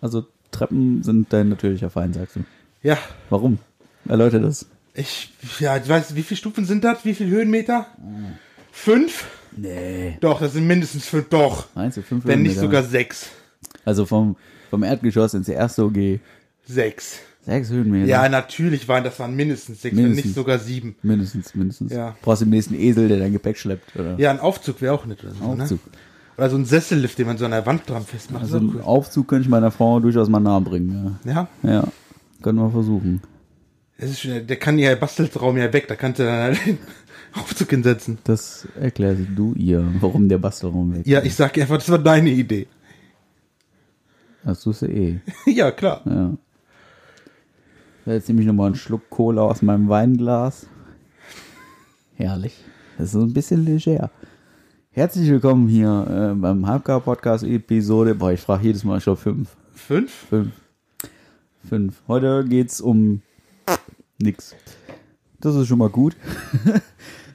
Also Treppen sind dein natürlicher Feind, sagst du. Ja, Warum? Erläuter das. ich, ja, ich weiß, wie viele Stufen sind das? Wie viele Höhenmeter? Fünf? Nee. Doch, das sind mindestens fünf, doch. Eins zu fünf Wenn nicht Höhenmeter. sogar sechs. Also vom, vom Erdgeschoss ins erste OG. Sechs. Sechs Höhenmeter. Ja, natürlich waren das waren mindestens sechs, wenn Mindestens. nicht sogar sieben. Mindestens, mindestens. Ja. Brauchst du den nächsten Esel, der dein Gepäck schleppt, oder? Ja, ein Aufzug wäre auch nicht oder so, Aufzug. Ne? Oder so ein Sessellift, den man so an der Wand dran festmacht. Also So einen Aufzug könnte ich meiner Frau durchaus mal nahe bringen. Ja, Ja. ja. Können wir versuchen. es ist, schon- der kann ja Bastelraum ja weg, da kannst du dann halt den Aufzug hinsetzen. Das erklärst du ihr, warum der Bastelraum weg Ja, ich sag einfach, das war deine Idee. Das tust du eh. ja, klar. Ja. Jetzt nehme ich nochmal einen Schluck Cola aus meinem Weinglas. Herrlich. Das ist so ein bisschen leger. Herzlich willkommen hier äh, beim Halbgar-Podcast-Episode. Boah, ich frage jedes Mal schon fünf. Fünf? Fünf. Fünf. Heute geht's um nix. Das ist schon mal gut.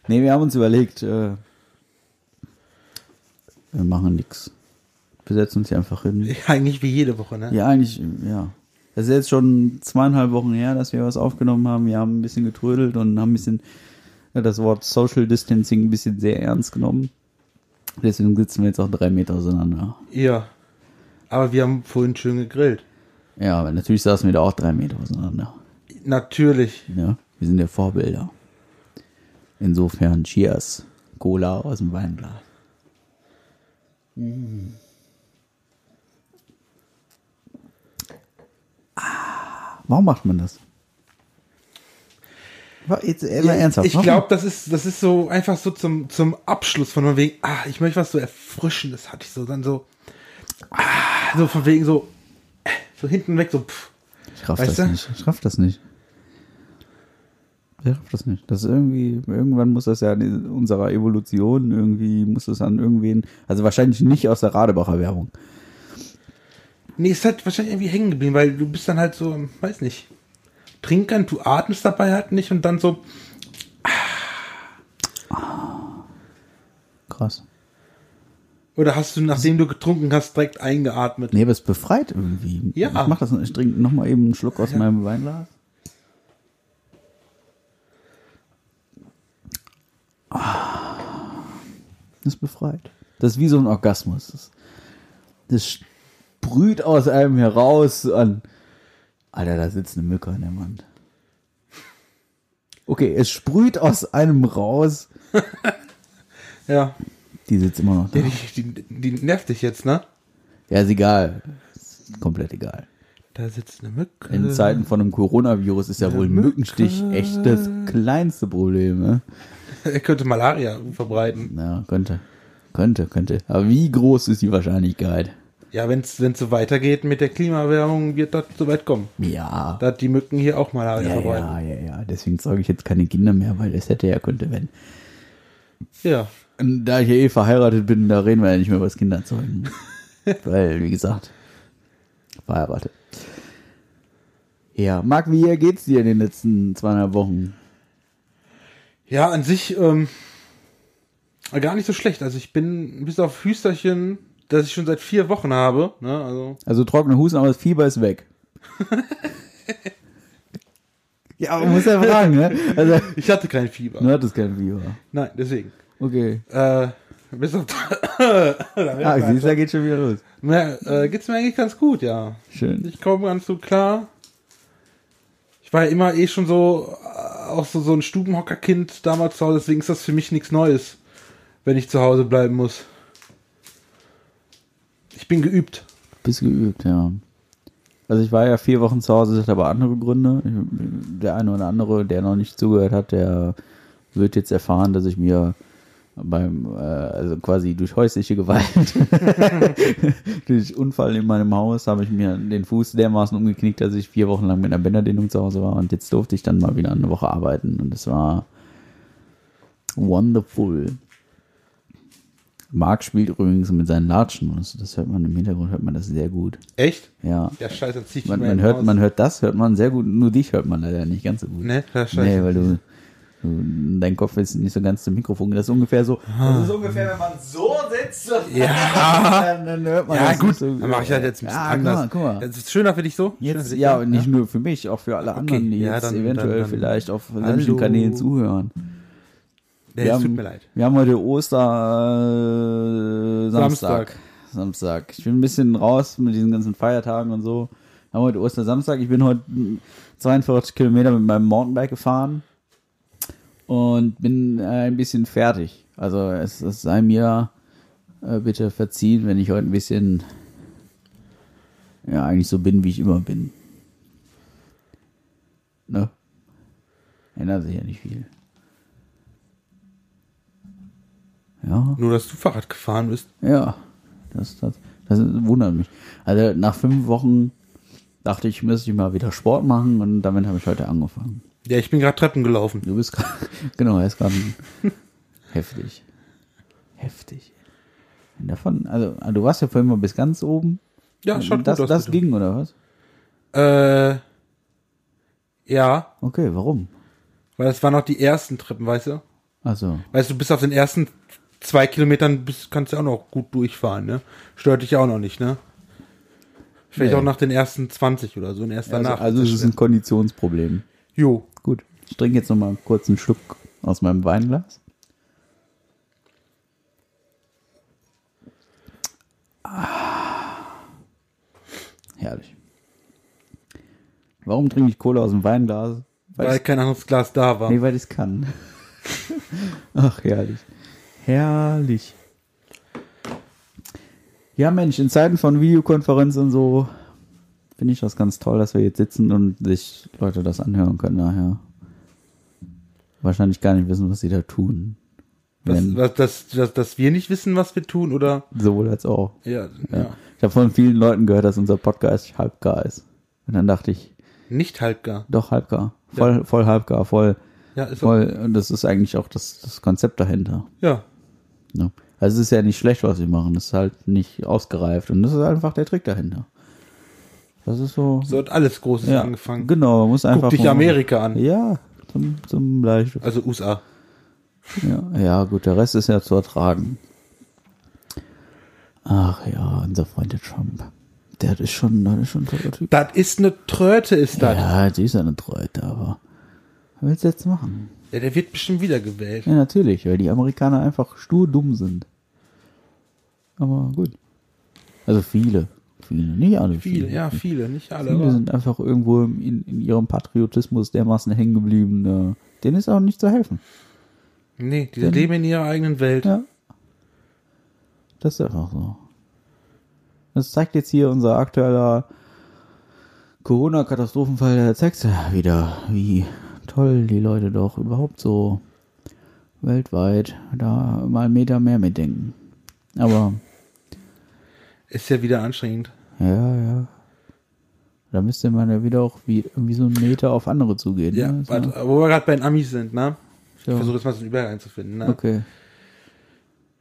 nee, wir haben uns überlegt, äh, wir machen nix. Wir setzen uns hier einfach hin. Eigentlich wie jede Woche, ne? Ja, eigentlich, ja. Es ist jetzt schon zweieinhalb Wochen her, dass wir was aufgenommen haben. Wir haben ein bisschen getrödelt und haben ein bisschen ja, das Wort Social Distancing ein bisschen sehr ernst genommen. Deswegen sitzen wir jetzt auch drei Meter auseinander. ja. Aber wir haben vorhin schön gegrillt. Ja, aber natürlich saßen wir da auch drei Meter auseinander. Natürlich. Ja, wir sind ja Vorbilder. Insofern Cheers. Cola aus dem Weinglas. Ah, Warum macht man das? Wa- Jetzt immer ernsthaft. Ich warum- glaube, das ist, das ist so einfach so zum, zum Abschluss von von wegen, ah, ich möchte was so Erfrischendes, hatte ich so, dann so, ah, so von wegen so, äh, so hinten weg, so, pff. ich raff weißt das du? nicht. Ich raff das nicht. Ich raff das nicht. Das ist irgendwie, irgendwann muss das ja an unserer Evolution irgendwie, muss das an irgendwen, also wahrscheinlich nicht aus der Radebacher Werbung. Nee, ist halt wahrscheinlich irgendwie hängen geblieben, weil du bist dann halt so, weiß nicht, trinkern, du atmest dabei halt nicht und dann so, Krass. oder hast du, nachdem du getrunken hast, direkt eingeatmet. Nee, aber es befreit irgendwie. Ja. Ich mach das, ich trinke nochmal eben einen Schluck aus Ja. meinem Weinglas. Ah. Das befreit. Das ist wie so ein Orgasmus. Das, das sprüht aus einem heraus an. Alter, da sitzt eine Mücke an der Wand. Okay, es sprüht aus einem raus. Ja, Die sitzt immer noch da. die, die, die nervt dich jetzt, ne? Ja, ist egal. Ist komplett egal. Da sitzt eine Mücke. In Zeiten von einem Coronavirus ist ja wohl Mücke. Mückenstich echt das kleinste Problem. Ne? Er könnte Malaria verbreiten. Ja, könnte. Könnte, könnte. Aber wie groß ist die Wahrscheinlichkeit? Ja, wenn's, wenn's so weitergeht mit der Klimawärmung, wird das so weit kommen. Ja. Da hat die Mücken hier auch Malaria Ja, verbreiten. ja, ja, ja. Deswegen zeug ich jetzt keine Kinder mehr, weil es hätte ja könnte, wenn. Ja. Und Da ich ja eh verheiratet bin, da reden wir ja nicht mehr über das Kinderzeugen. weil, wie gesagt, verheiratet. Ja, Marc, wie geht's dir in den letzten zweieinhalb Wochen? Ja, an sich ähm, gar nicht so schlecht. Also ich bin bis auf Hüsterchen, das ich schon seit vier Wochen habe. Ne? Also Also trockene Husten, aber das Fieber ist weg. ja, man muss ja fragen, ne? Also, ich hatte kein Fieber. du hattest kein Fieber. Nein, deswegen. Okay. Äh, bis auf Ah, siehst du, da geht schon wieder los. Na, äh, geht's mir eigentlich ganz gut, ja. Schön. Ich komme ganz so klar. Ich war ja immer eh schon so äh, auch so, so ein Stubenhockerkind damals zu Hause, deswegen ist das für mich nichts Neues, wenn ich zu Hause bleiben muss. Ich bin geübt. Bist geübt, ja. Also ich war ja vier Wochen zu Hause, das hat aber andere Gründe. Ich, der eine oder andere, der noch nicht zugehört hat, der wird jetzt erfahren, dass ich mir beim, äh, also quasi durch häusliche Gewalt, durch Unfall in meinem Haus, habe ich mir den Fuß dermaßen umgeknickt, dass ich vier Wochen lang mit einer Bänderdehnung zu Hause war und jetzt durfte ich dann mal wieder eine Woche arbeiten und es war wonderful. Marc spielt übrigens mit seinen Latschen und das- das hört man im Hintergrund, hört man das sehr gut. Echt? Ja. Ja, scheiße, dann zieh ich Man, mir man, einen hört, raus. man hört das, hört man sehr gut, nur dich hört man leider nicht ganz so gut. Ne, ja, scheiße. Nee, weil du Dein Kopf ist nicht so ganz zum Mikrofon. Das ist ungefähr so. Ah. Das ist ungefähr, wenn man so sitzt. Ja. dann hört man Ja, das gut, nicht so- dann mache ich halt jetzt ein bisschen Ja, guck mal, anders. guck mal. Das ist schöner für dich so? Schöner für Jetzt, dich, ja, und nicht nur für mich, auch für alle anderen, die ja, jetzt dann- eventuell dann- dann- vielleicht auf Hallo. sämtlichen Kanälen zuhören. Nee, wir es haben- tut mir leid. Wir haben heute Oster äh, Samstag. Samstag. Samstag. Ich bin ein bisschen raus mit diesen ganzen Feiertagen und so. Wir haben heute Ostersamstag. Ich bin heute mh, 42 Kilometer mit meinem Mountainbike gefahren und bin äh, ein bisschen fertig. Also es, es sei mir äh, bitte verziehen, wenn ich heute ein bisschen ja eigentlich so bin, wie ich immer bin. Ne? Ändert sich ja nicht viel. Ja. Nur, dass du Fahrrad gefahren bist. Ja, das, das, das wundert mich. Also nach fünf Wochen dachte ich, müsste ich mal wieder Sport machen und damit habe ich heute angefangen. Ja, ich bin gerade Treppen gelaufen. Du bist gerade, genau, er ist gerade heftig. Heftig. Und davon, also du warst ja vorhin mal bis ganz oben. Ja, schaut das, gut aus. das bitte. ging, oder was? Äh, ja, Okay, warum? weil das waren noch die ersten Treppen, weißt du? Also, Weißt du, bis auf den ersten zwei Kilometern bist, kannst du ja auch noch gut durchfahren, ne? Stört dich ja auch noch nicht, ne? Vielleicht Nee. auch nach den ersten 20 oder so und erst also, danach. also es ist ein Konditionsproblem. jo. Gut. Ich trinke jetzt nochmal kurz einen Schluck aus meinem Weinglas. Ah, herrlich. Warum trinke ich Cola aus dem Weinglas? Weil, Weil ich, kein anderes Glas da war. nee, weil ich kann. Ach, herrlich. Herrlich. Ja, Mensch, in Zeiten von Videokonferenz und so finde ich das ganz toll, dass wir jetzt sitzen und sich Leute das anhören können nachher. Wahrscheinlich gar nicht wissen, was sie da tun. Was, Wenn, was, dass, dass, dass wir nicht wissen, was wir tun, oder? sowohl als auch. Ja, Ja. ja. Ich habe von vielen Leuten gehört, dass unser Podcast halbgar ist. Und dann dachte ich, Nicht halbgar. doch halbgar. Voll, voll halbgar, voll, Ja, ist auch, voll. Und das ist eigentlich auch das, das Konzept dahinter. ja. Ne? Also es ist ja nicht schlecht, was sie machen. Es ist halt nicht ausgereift. Und das ist einfach der Trick dahinter. Das ist so. So hat alles Großes ja, angefangen. Genau, muss einfach. Guck dich mal- Amerika an. Ja, zum, zum Leicht. Also USA. Ja, ja, gut, der Rest ist ja zu ertragen. Ach ja, unser Freund der Trump. Der ist schon, der ist schon ein toller Typ. Das ist eine Tröte, ist das. Ja. Ja, die ist ja eine Treute, aber. Was willst du jetzt machen? der wird bestimmt wiedergewählt. Ja, natürlich, weil die Amerikaner einfach stur dumm sind. Aber gut. Also viele. Viele, nicht alle. Viele, ja, viele, nicht alle. Viele Aber sind einfach irgendwo im- in, in ihrem Patriotismus dermaßen hängen geblieben. Äh, denen ist auch nicht zu helfen. nee, die leben in ihrer eigenen Welt. Hm. Ja. Das ist einfach so. Das zeigt jetzt hier unser aktueller Corona-Katastrophenfall, der zeigt ja wieder, wie toll die Leute doch überhaupt so weltweit da mal einen Meter mehr mitdenken. Aber Ist ja wieder anstrengend. ja, ja. Da müsste man ja wieder auch wie, irgendwie so einen Meter auf andere zugehen. Ja, ne? Ist warte, wo wir gerade bei den Amis sind, ne? Ich Ja. versuche jetzt mal so einen Übergang zu finden. Ne? Okay.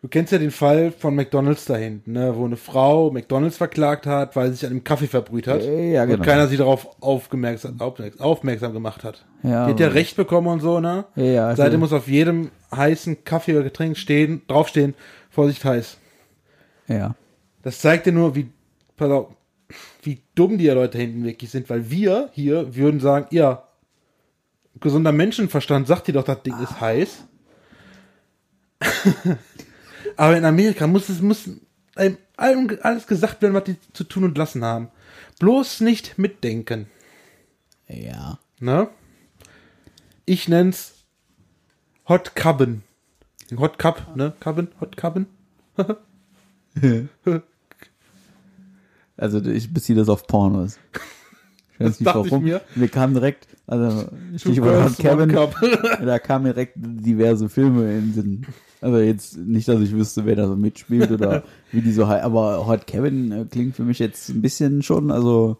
Du kennst ja den Fall von McDonalds da hinten, ne? wo eine Frau McDonalds verklagt hat, weil sie sich an einem Kaffee verbrüht hat. Äh, ja, genau. Und keiner sie darauf aufmerksam, aufmerksam, aufmerksam gemacht hat. Ja, Die hat ja aber- Recht bekommen und so, ne? Ja, ja, also- Seitdem muss auf jedem heißen Kaffee oder Getränk stehen, draufstehen, Vorsicht heiß. Ja. Das zeigt dir nur, wie, pass auf, wie dumm die Leute hinten wirklich sind, weil wir hier würden sagen, ja, gesunder Menschenverstand sagt dir doch, das Ding ist heiß. Aber in Amerika muss es muss einem allem, alles gesagt werden, was die zu tun und lassen haben. Bloß nicht mitdenken. Ja. Ne? Ich nenn's Hot Cabin. Hot Cup, ne? Cabin, Hot Cabin. Also ich beziehe das auf Pornos. Ich weiß Das dachte ich mir. Mir kam direkt, also girls, Stichwort Kevin, one cup. da kamen mir direkt diverse Filme in den Sinn. Also jetzt nicht, dass ich wüsste, wer da so mitspielt oder wie die so heißt, aber Hot Kevin äh, klingt für mich jetzt ein bisschen schon, also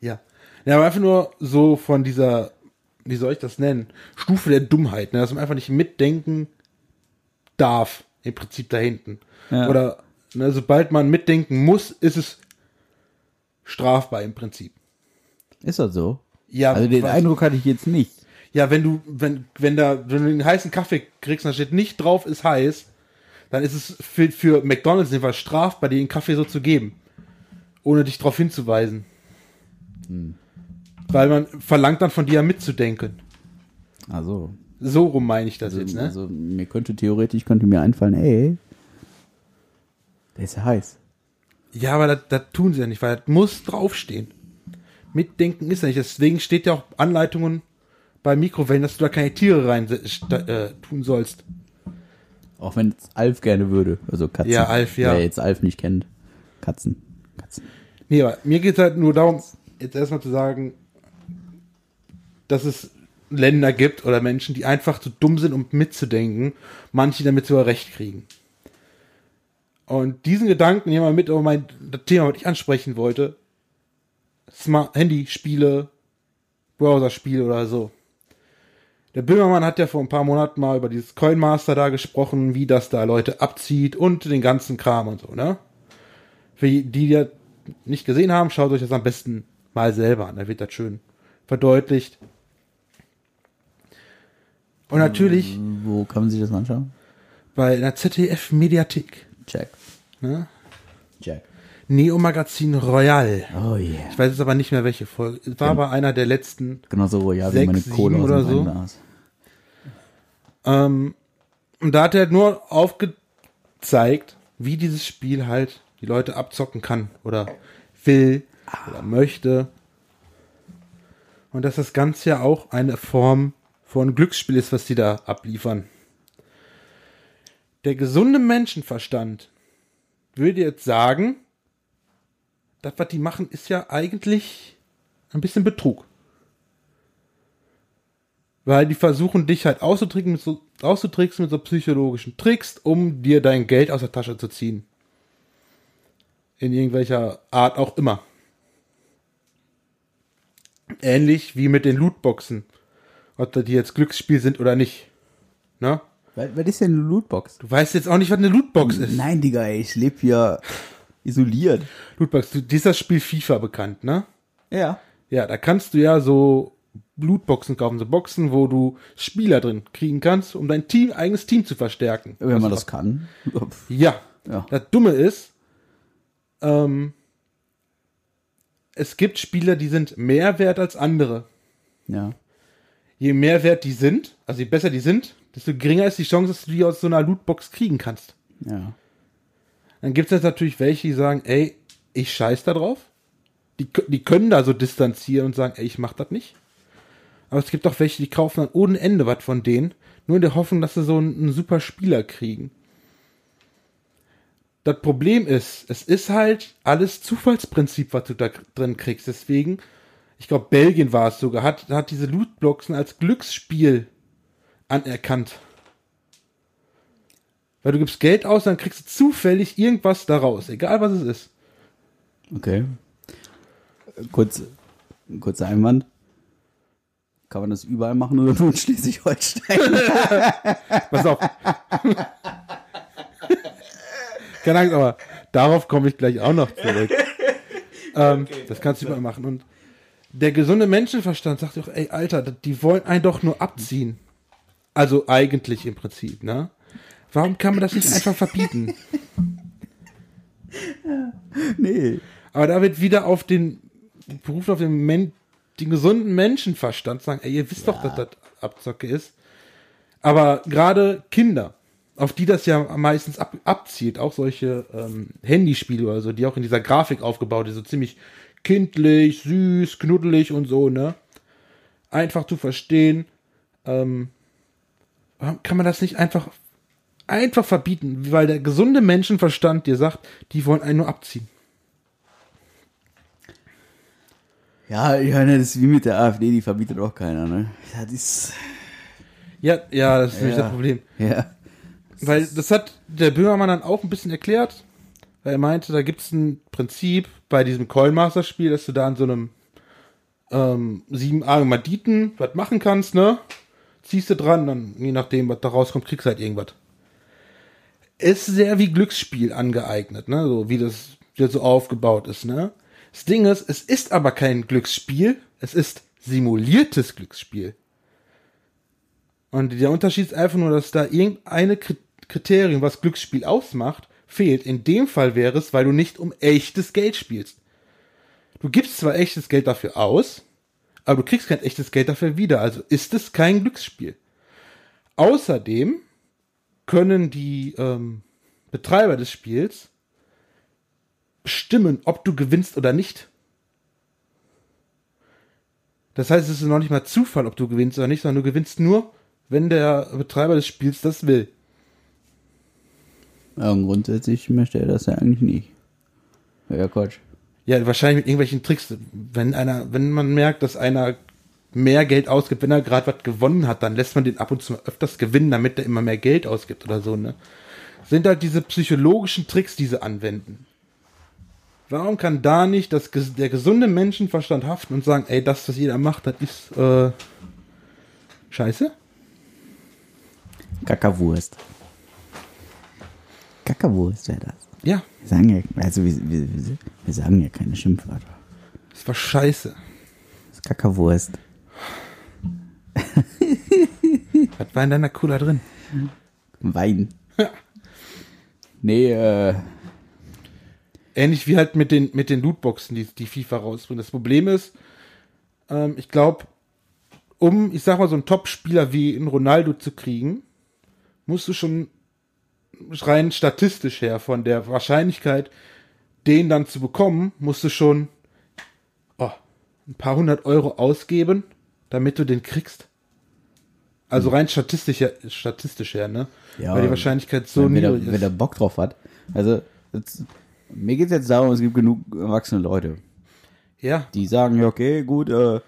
Ja. Ja, aber einfach nur so von dieser, wie soll ich das nennen? Stufe der Dummheit, ne? Dass man einfach nicht mitdenken darf, im Prinzip da hinten. Ja. Oder, ne, sobald man mitdenken muss, ist es strafbar im Prinzip. ist das so? Ja, also den was- Also Eindruck hatte ich jetzt nicht. ja, wenn du, wenn, wenn da, wenn du einen heißen Kaffee kriegst, und da steht nicht drauf, ist heiß, dann ist es für, für McDonalds jedenfalls strafbar, dir den Kaffee so zu geben. Ohne dich darauf hinzuweisen. Weil man verlangt dann von dir mitzudenken. Also, So rum meine ich das also, jetzt, ne? also mir könnte theoretisch könnte mir einfallen, ey, der ist ja heiß. Ja, aber das, das tun sie ja nicht, weil das muss draufstehen. Mitdenken ist ja nicht. Deswegen steht ja auch Anleitungen bei Mikrowellen, dass du da keine Tiere rein äh, tun sollst. Auch wenn es Alf gerne würde, also Katzen. Ja, Alf, ja. Wer jetzt Alf nicht kennt, Katzen. Katzen. Nee, aber mir geht's halt nur darum, jetzt erstmal zu sagen, dass es Länder gibt oder Menschen, die einfach zu dumm sind, um mitzudenken, manche damit sogar recht kriegen. Und diesen Gedanken nehmen wir mit auf mein das Thema, was ich ansprechen wollte. Smart Handy-Spiele, Browser-Spiele oder so. Der Böhmermann hat ja vor ein paar Monaten mal über dieses Coinmaster da gesprochen, wie das da Leute abzieht und den ganzen Kram und so, ne? Für die, die das nicht gesehen haben, schaut euch das am besten mal selber an. Da wird das schön verdeutlicht. Und natürlich Wo kann man sich das anschauen? bei einer ZDF-Mediathek. Check. Ne? Check. Neo-Magazin Royal. Oh yeah. Ich weiß jetzt aber nicht mehr, welche Folge. Es war aber einer der letzten. Genau so, ja, wie Sechs, meine Kohle sieben aus dem oder so. Weinglas. Ähm, und da hat er halt nur aufgezeigt, wie dieses Spiel halt die Leute abzocken kann oder will oder möchte. Und dass das Ganze ja auch eine Form von Glücksspiel ist, was die da abliefern. Der gesunde Menschenverstand würde jetzt sagen, das, was die machen, ist ja eigentlich ein bisschen Betrug. Weil die versuchen, dich halt auszutricksen mit so, auszutricksen mit so psychologischen Tricks, um dir dein Geld aus der Tasche zu ziehen. In irgendwelcher Art auch immer. Ähnlich wie mit den Lootboxen. Ob das die jetzt Glücksspiel sind oder nicht. Ne? Was, was ist denn eine Lootbox? Du weißt jetzt auch nicht, was eine Lootbox ist. Nein, Digga, ey, ich lebe hier isoliert. Lootbox, du, dieser Spiel FIFA bekannt, ne? Ja. Ja, da kannst du ja so Lootboxen kaufen, so Boxen, wo du Spieler drin kriegen kannst, um dein Team, eigenes Team zu verstärken. Wenn man das kann. Pff, Ja. Ja. Das Dumme ist, ähm, es gibt Spieler, die sind mehr wert als andere. Ja. Je mehr wert die sind, also je besser die sind, desto geringer ist die Chance, dass du die aus so einer Lootbox kriegen kannst. Ja. Dann gibt es jetzt natürlich welche, die sagen, ey, ich scheiß da drauf. Die, kö- die können da so distanzieren und sagen, ey, ich mach das nicht. Aber es gibt auch welche, die kaufen dann ohne Ende was von denen, nur in der Hoffnung, dass sie so einen, einen super Spieler kriegen. Das Problem ist, es ist halt alles Zufallsprinzip, was du da k- drin kriegst. Deswegen, ich glaube, Belgien war es sogar, hat, hat diese Lootboxen als Glücksspiel anerkannt. Weil du gibst Geld aus, dann kriegst du zufällig irgendwas daraus, egal was es ist. Okay. Kurz, kurzer Einwand. Kann man das überall machen oder nur in Schleswig-Holstein? Pass auf. Keine Angst, aber darauf komme ich gleich auch noch zurück. ähm, das kannst du überall machen. Und der gesunde Menschenverstand sagt doch, ey, Alter, die wollen einen doch nur abziehen. Also eigentlich im Prinzip, ne? Warum kann man das nicht einfach verbieten? nee. Aber da wird wieder auf den Beruf, auf den, Men den gesunden Menschenverstand sagen, ey, ihr wisst doch, dass das Abzocke ist. Aber gerade Kinder, auf die das ja meistens ab abzielt, auch solche ähm, Handyspiele oder so, die auch in dieser Grafik aufgebaut ist, so ziemlich kindlich, süß, knuddelig und so, ne? Einfach zu verstehen. Ähm, warum kann man das nicht einfach, einfach verbieten? Weil der gesunde Menschenverstand dir sagt, die wollen einen nur abziehen. Ja, ich meine, das ist wie mit der AfD, die verbietet auch keiner, ne? Das ist. Ja, ja, das ist nämlich Ja. das Problem. Ja. Weil das hat der Böhmermann dann auch ein bisschen erklärt, weil er meinte, da gibt's ein Prinzip bei diesem Coinmaster-Spiel, dass du da in so einem ähm, sieben Armaditen was machen kannst, ne? Ziehst du dran, dann je nachdem, was da rauskommt, kriegst du halt irgendwas. Ist sehr wie Glücksspiel angeeignet, ne? So wie das, wie das so aufgebaut ist, ne? Das Ding ist, es ist aber kein Glücksspiel, es ist simuliertes Glücksspiel. Und der Unterschied ist einfach nur, dass da irgendeine Kri- Kriterium, was Glücksspiel ausmacht, fehlt. In dem Fall wäre es, weil du nicht um echtes Geld spielst. Du gibst zwar echtes Geld dafür aus, aber du kriegst kein echtes Geld dafür wieder. Also ist es kein Glücksspiel. Außerdem können die ähm, Betreiber des Spiels bestimmen, ob du gewinnst oder nicht. Das heißt, es ist noch nicht mal Zufall, ob du gewinnst oder nicht, sondern du gewinnst nur, wenn der Betreiber des Spiels das will. Ja, und grundsätzlich möchte er das ja eigentlich nicht. Ja, Quatsch. Ja, wahrscheinlich mit irgendwelchen Tricks. Wenn einer, wenn man merkt, dass einer mehr Geld ausgibt, wenn er gerade was gewonnen hat, dann lässt man den ab und zu mal öfters gewinnen, damit er immer mehr Geld ausgibt oder so, ne? Sind halt diese psychologischen Tricks, die sie anwenden. Warum kann da nicht das, ges- der gesunde Menschenverstand haften und sagen, ey, das, was jeder macht, das ist äh, scheiße? Kackerwurst. Kackerwurst wäre das. Ja, Wir sagen ja, also wir, wir, wir- wir sagen ja keine Schimpfwörter. das war scheiße. Das ist Kackerwurst. Was war in deiner Cola drin? Wein. Nee, äh, Ähnlich wie halt mit den, mit den Lootboxen, die, die FIFA rausbringt. Das Problem ist, ähm, ich glaube, um, ich sag mal, so einen Top-Spieler wie einen Ronaldo zu kriegen, musst du schon rein statistisch her von der Wahrscheinlichkeit, den dann zu bekommen, musst du schon oh, ein paar hundert Euro ausgeben, damit du den kriegst. Also rein statistisch her, statistisch her ne? Hm. Ja, Weil die Wahrscheinlichkeit so wenn, wer niedrig da, wenn ist. der Bock drauf hat. Also, jetzt, mir geht es jetzt darum, es gibt genug erwachsene Leute, Ja, die sagen, ja, okay, gut, äh,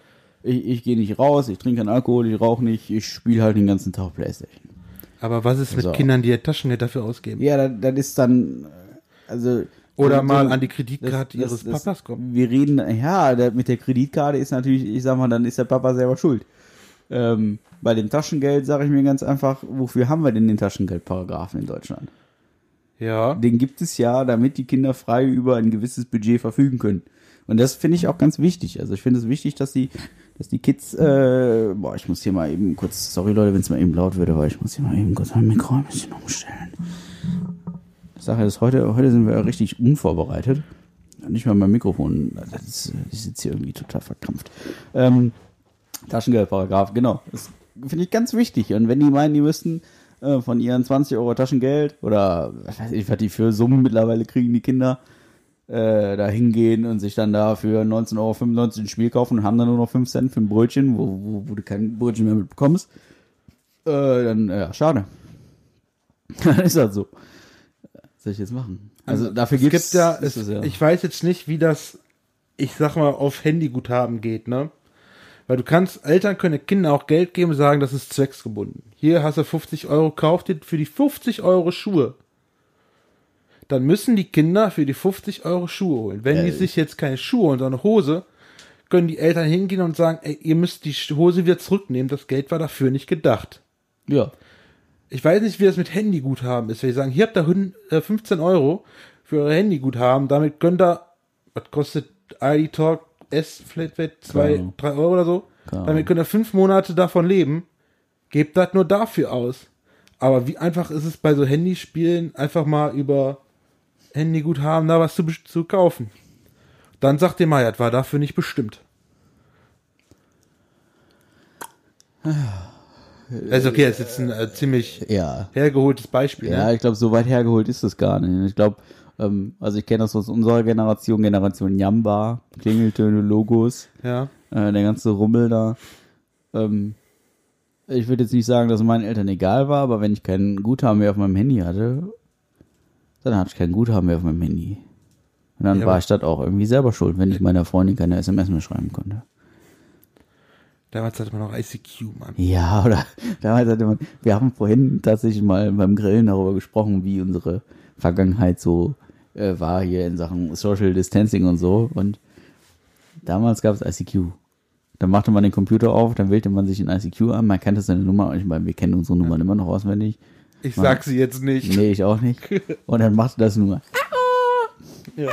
ich, ich gehe nicht raus, ich trinke keinen Alkohol, ich rauche nicht, ich spiele halt den ganzen Tag Playstation. aber was ist mit So. Kindern, die ihr Taschengeld dafür ausgeben? Ja, das, das ist dann, äh, also... Oder das- mal an die das- Kreditkarte das- ihres das- Papas kommen. Wir reden, ja, da- mit der Kreditkarte ist natürlich, ich sag mal, dann ist der Papa selber schuld. Ähm, bei dem Taschengeld sage ich mir ganz einfach, wofür haben wir denn den Taschengeldparagraphen in Deutschland? Ja. den gibt es ja, damit die Kinder frei über ein gewisses Budget verfügen können. Und das finde ich auch ganz wichtig. Also ich finde es wichtig, dass die, dass die Kids, äh, boah, ich muss hier mal eben kurz, sorry Leute, wenn es mal eben laut würde, weil ich muss hier mal eben kurz mein Mikro ein bisschen umstellen. Ich sage das heute, heute sind wir richtig unvorbereitet. Nicht mal mein Mikrofon, das ist, ich sitze hier irgendwie total verkrampft. Ähm, Taschengeldparagraf, genau. Das finde ich ganz wichtig. Und wenn die meinen, die müssten äh, von ihren 20 Euro Taschengeld oder was weiß ich, was die für Summen mittlerweile kriegen, die Kinder, äh, da hingehen und sich dann da für 19,95 Euro ein Spiel kaufen und haben dann nur noch 5 Cent für ein Brötchen, wo, wo, wo du kein Brötchen mehr mitbekommst, äh, dann, ja, schade. dann ist das so. Was soll ich jetzt machen? Also, dafür Es gibt's, gibt ja, ist es, es ja. ich weiß jetzt nicht, wie das, ich sag mal, auf Handyguthaben geht, ne? Weil du kannst, Eltern können den Kindern auch Geld geben und sagen, das ist zwecksgebunden. Hier hast du 50 Euro, kauf dir für die 50 Euro Schuhe. Dann müssen die Kinder für die 50 Euro Schuhe holen. Wenn die Äh. sich jetzt keine Schuhe und eine Hose, können die Eltern hingehen und sagen, ey, ihr müsst die Hose wieder zurücknehmen, das Geld war dafür nicht gedacht. ja. Ich weiß nicht, wie das mit Handyguthaben ist. Wenn die sagen, hier habt ihr hun- äh, 15 Euro für eure Handyguthaben, damit könnt ihr, was kostet ID Talk S Flatrate 2, Ahnung. 3 Euro oder so? Keine Damit Ahnung. könnt ihr fünf Monate davon leben. Gebt das nur dafür aus. Aber wie einfach ist es bei so Handyspielen, einfach mal über Handyguthaben da was zu, bes- zu kaufen? Dann sagt ihr mal, ja, das war dafür nicht bestimmt. Also okay, das ist jetzt ein äh, ziemlich Ja. hergeholtes Beispiel. Ja, ne? ich glaube, so weit hergeholt ist es gar nicht. Ich glaube, ähm, also ich kenne das aus unserer Generation, Generation Jamba, Klingeltöne, Logos, ja. äh, der ganze Rummel da. Ähm, ich würde jetzt nicht sagen, dass es meinen Eltern egal war, aber wenn ich kein Guthaben mehr auf meinem Handy hatte, dann hatte ich kein Guthaben mehr auf meinem Handy. Und dann Ja, war aber- Äh, ich das auch irgendwie selber schuld, wenn ich meiner Freundin keine SMS mehr schreiben konnte. Damals hatte man noch ICQ, Mann. Ja, oder damals hatte man, wir haben vorhin tatsächlich mal beim Grillen darüber gesprochen, wie unsere Vergangenheit so äh, war hier in Sachen Social Distancing und so. Und damals gab es ICQ. Dann machte man den Computer auf, dann wählte man sich in ICQ an, man kannte seine Nummer, ich meine, wir kennen unsere Nummern immer noch auswendig. Ich sag sie jetzt nicht. Nee, ich auch nicht. Und dann machte das nur. Ja.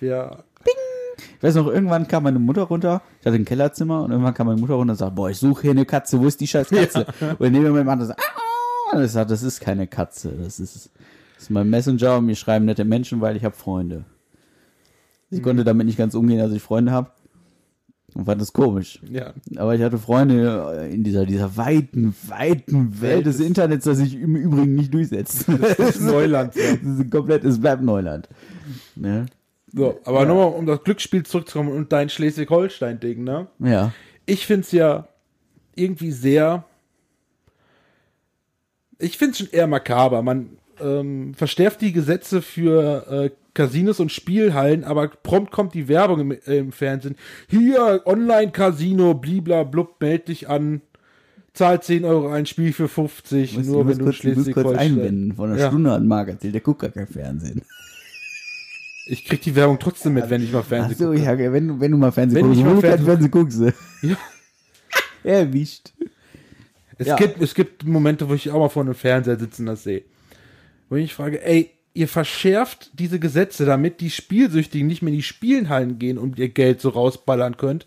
ja. Ich weiß noch, irgendwann kam meine Mutter runter, ich hatte ein Kellerzimmer und irgendwann kam meine Mutter runter und sagt, boah, ich suche hier eine Katze, wo ist die scheiß Katze? Und neben mir Mann sagt, ah, und ich sagt, das ist keine Katze, das ist, das ist mein Messenger und mir schreiben nette Menschen, weil ich habe Freunde. Ich Mhm. konnte damit nicht ganz umgehen, als ich Freunde habe und fand das komisch. Ja. Aber ich hatte Freunde in dieser, dieser weiten, weiten Welt des Internets, das sich im Übrigen nicht durchsetzt. Das ist Neuland. Ja. Das ist komplett, es bleibt Neuland. Ne? So, aber nochmal, um das Glücksspiel zurückzukommen und dein Schleswig-Holstein-Ding, ne? Ja. Ich find's ja irgendwie sehr. Ich find's schon eher makaber. Man ähm, verstärkt die Gesetze für äh, Casinos und Spielhallen, aber prompt kommt die Werbung im, äh, im Fernsehen. Hier, Online-Casino, blibla, blub, meld dich an. Zahl 10 Euro ein Spiel für 50, Musst, nur du wenn musst du in kurz, du musst kurz Schleswig-Holstein. einbinden. Vor einer Ja. Stunde hat Marc erzählt, der guckt gar kein Fernsehen. Ich krieg die Werbung trotzdem mit, wenn ich mal Fernsehen Achso, ja, wenn, du- wenn du mal Fernsehen Wenn ich mal wo du kein Fernsehen- Fernsehen guckst. äh. gucke. Ja. Erwischt. Es, Ja. gibt, es gibt Momente, wo ich auch mal vor einem Fernseher sitzen das sehe. Wo ich mich frage, ey, ihr verschärft diese Gesetze, damit die Spielsüchtigen nicht mehr in die Spielenhallen gehen und ihr Geld so rausballern könnt.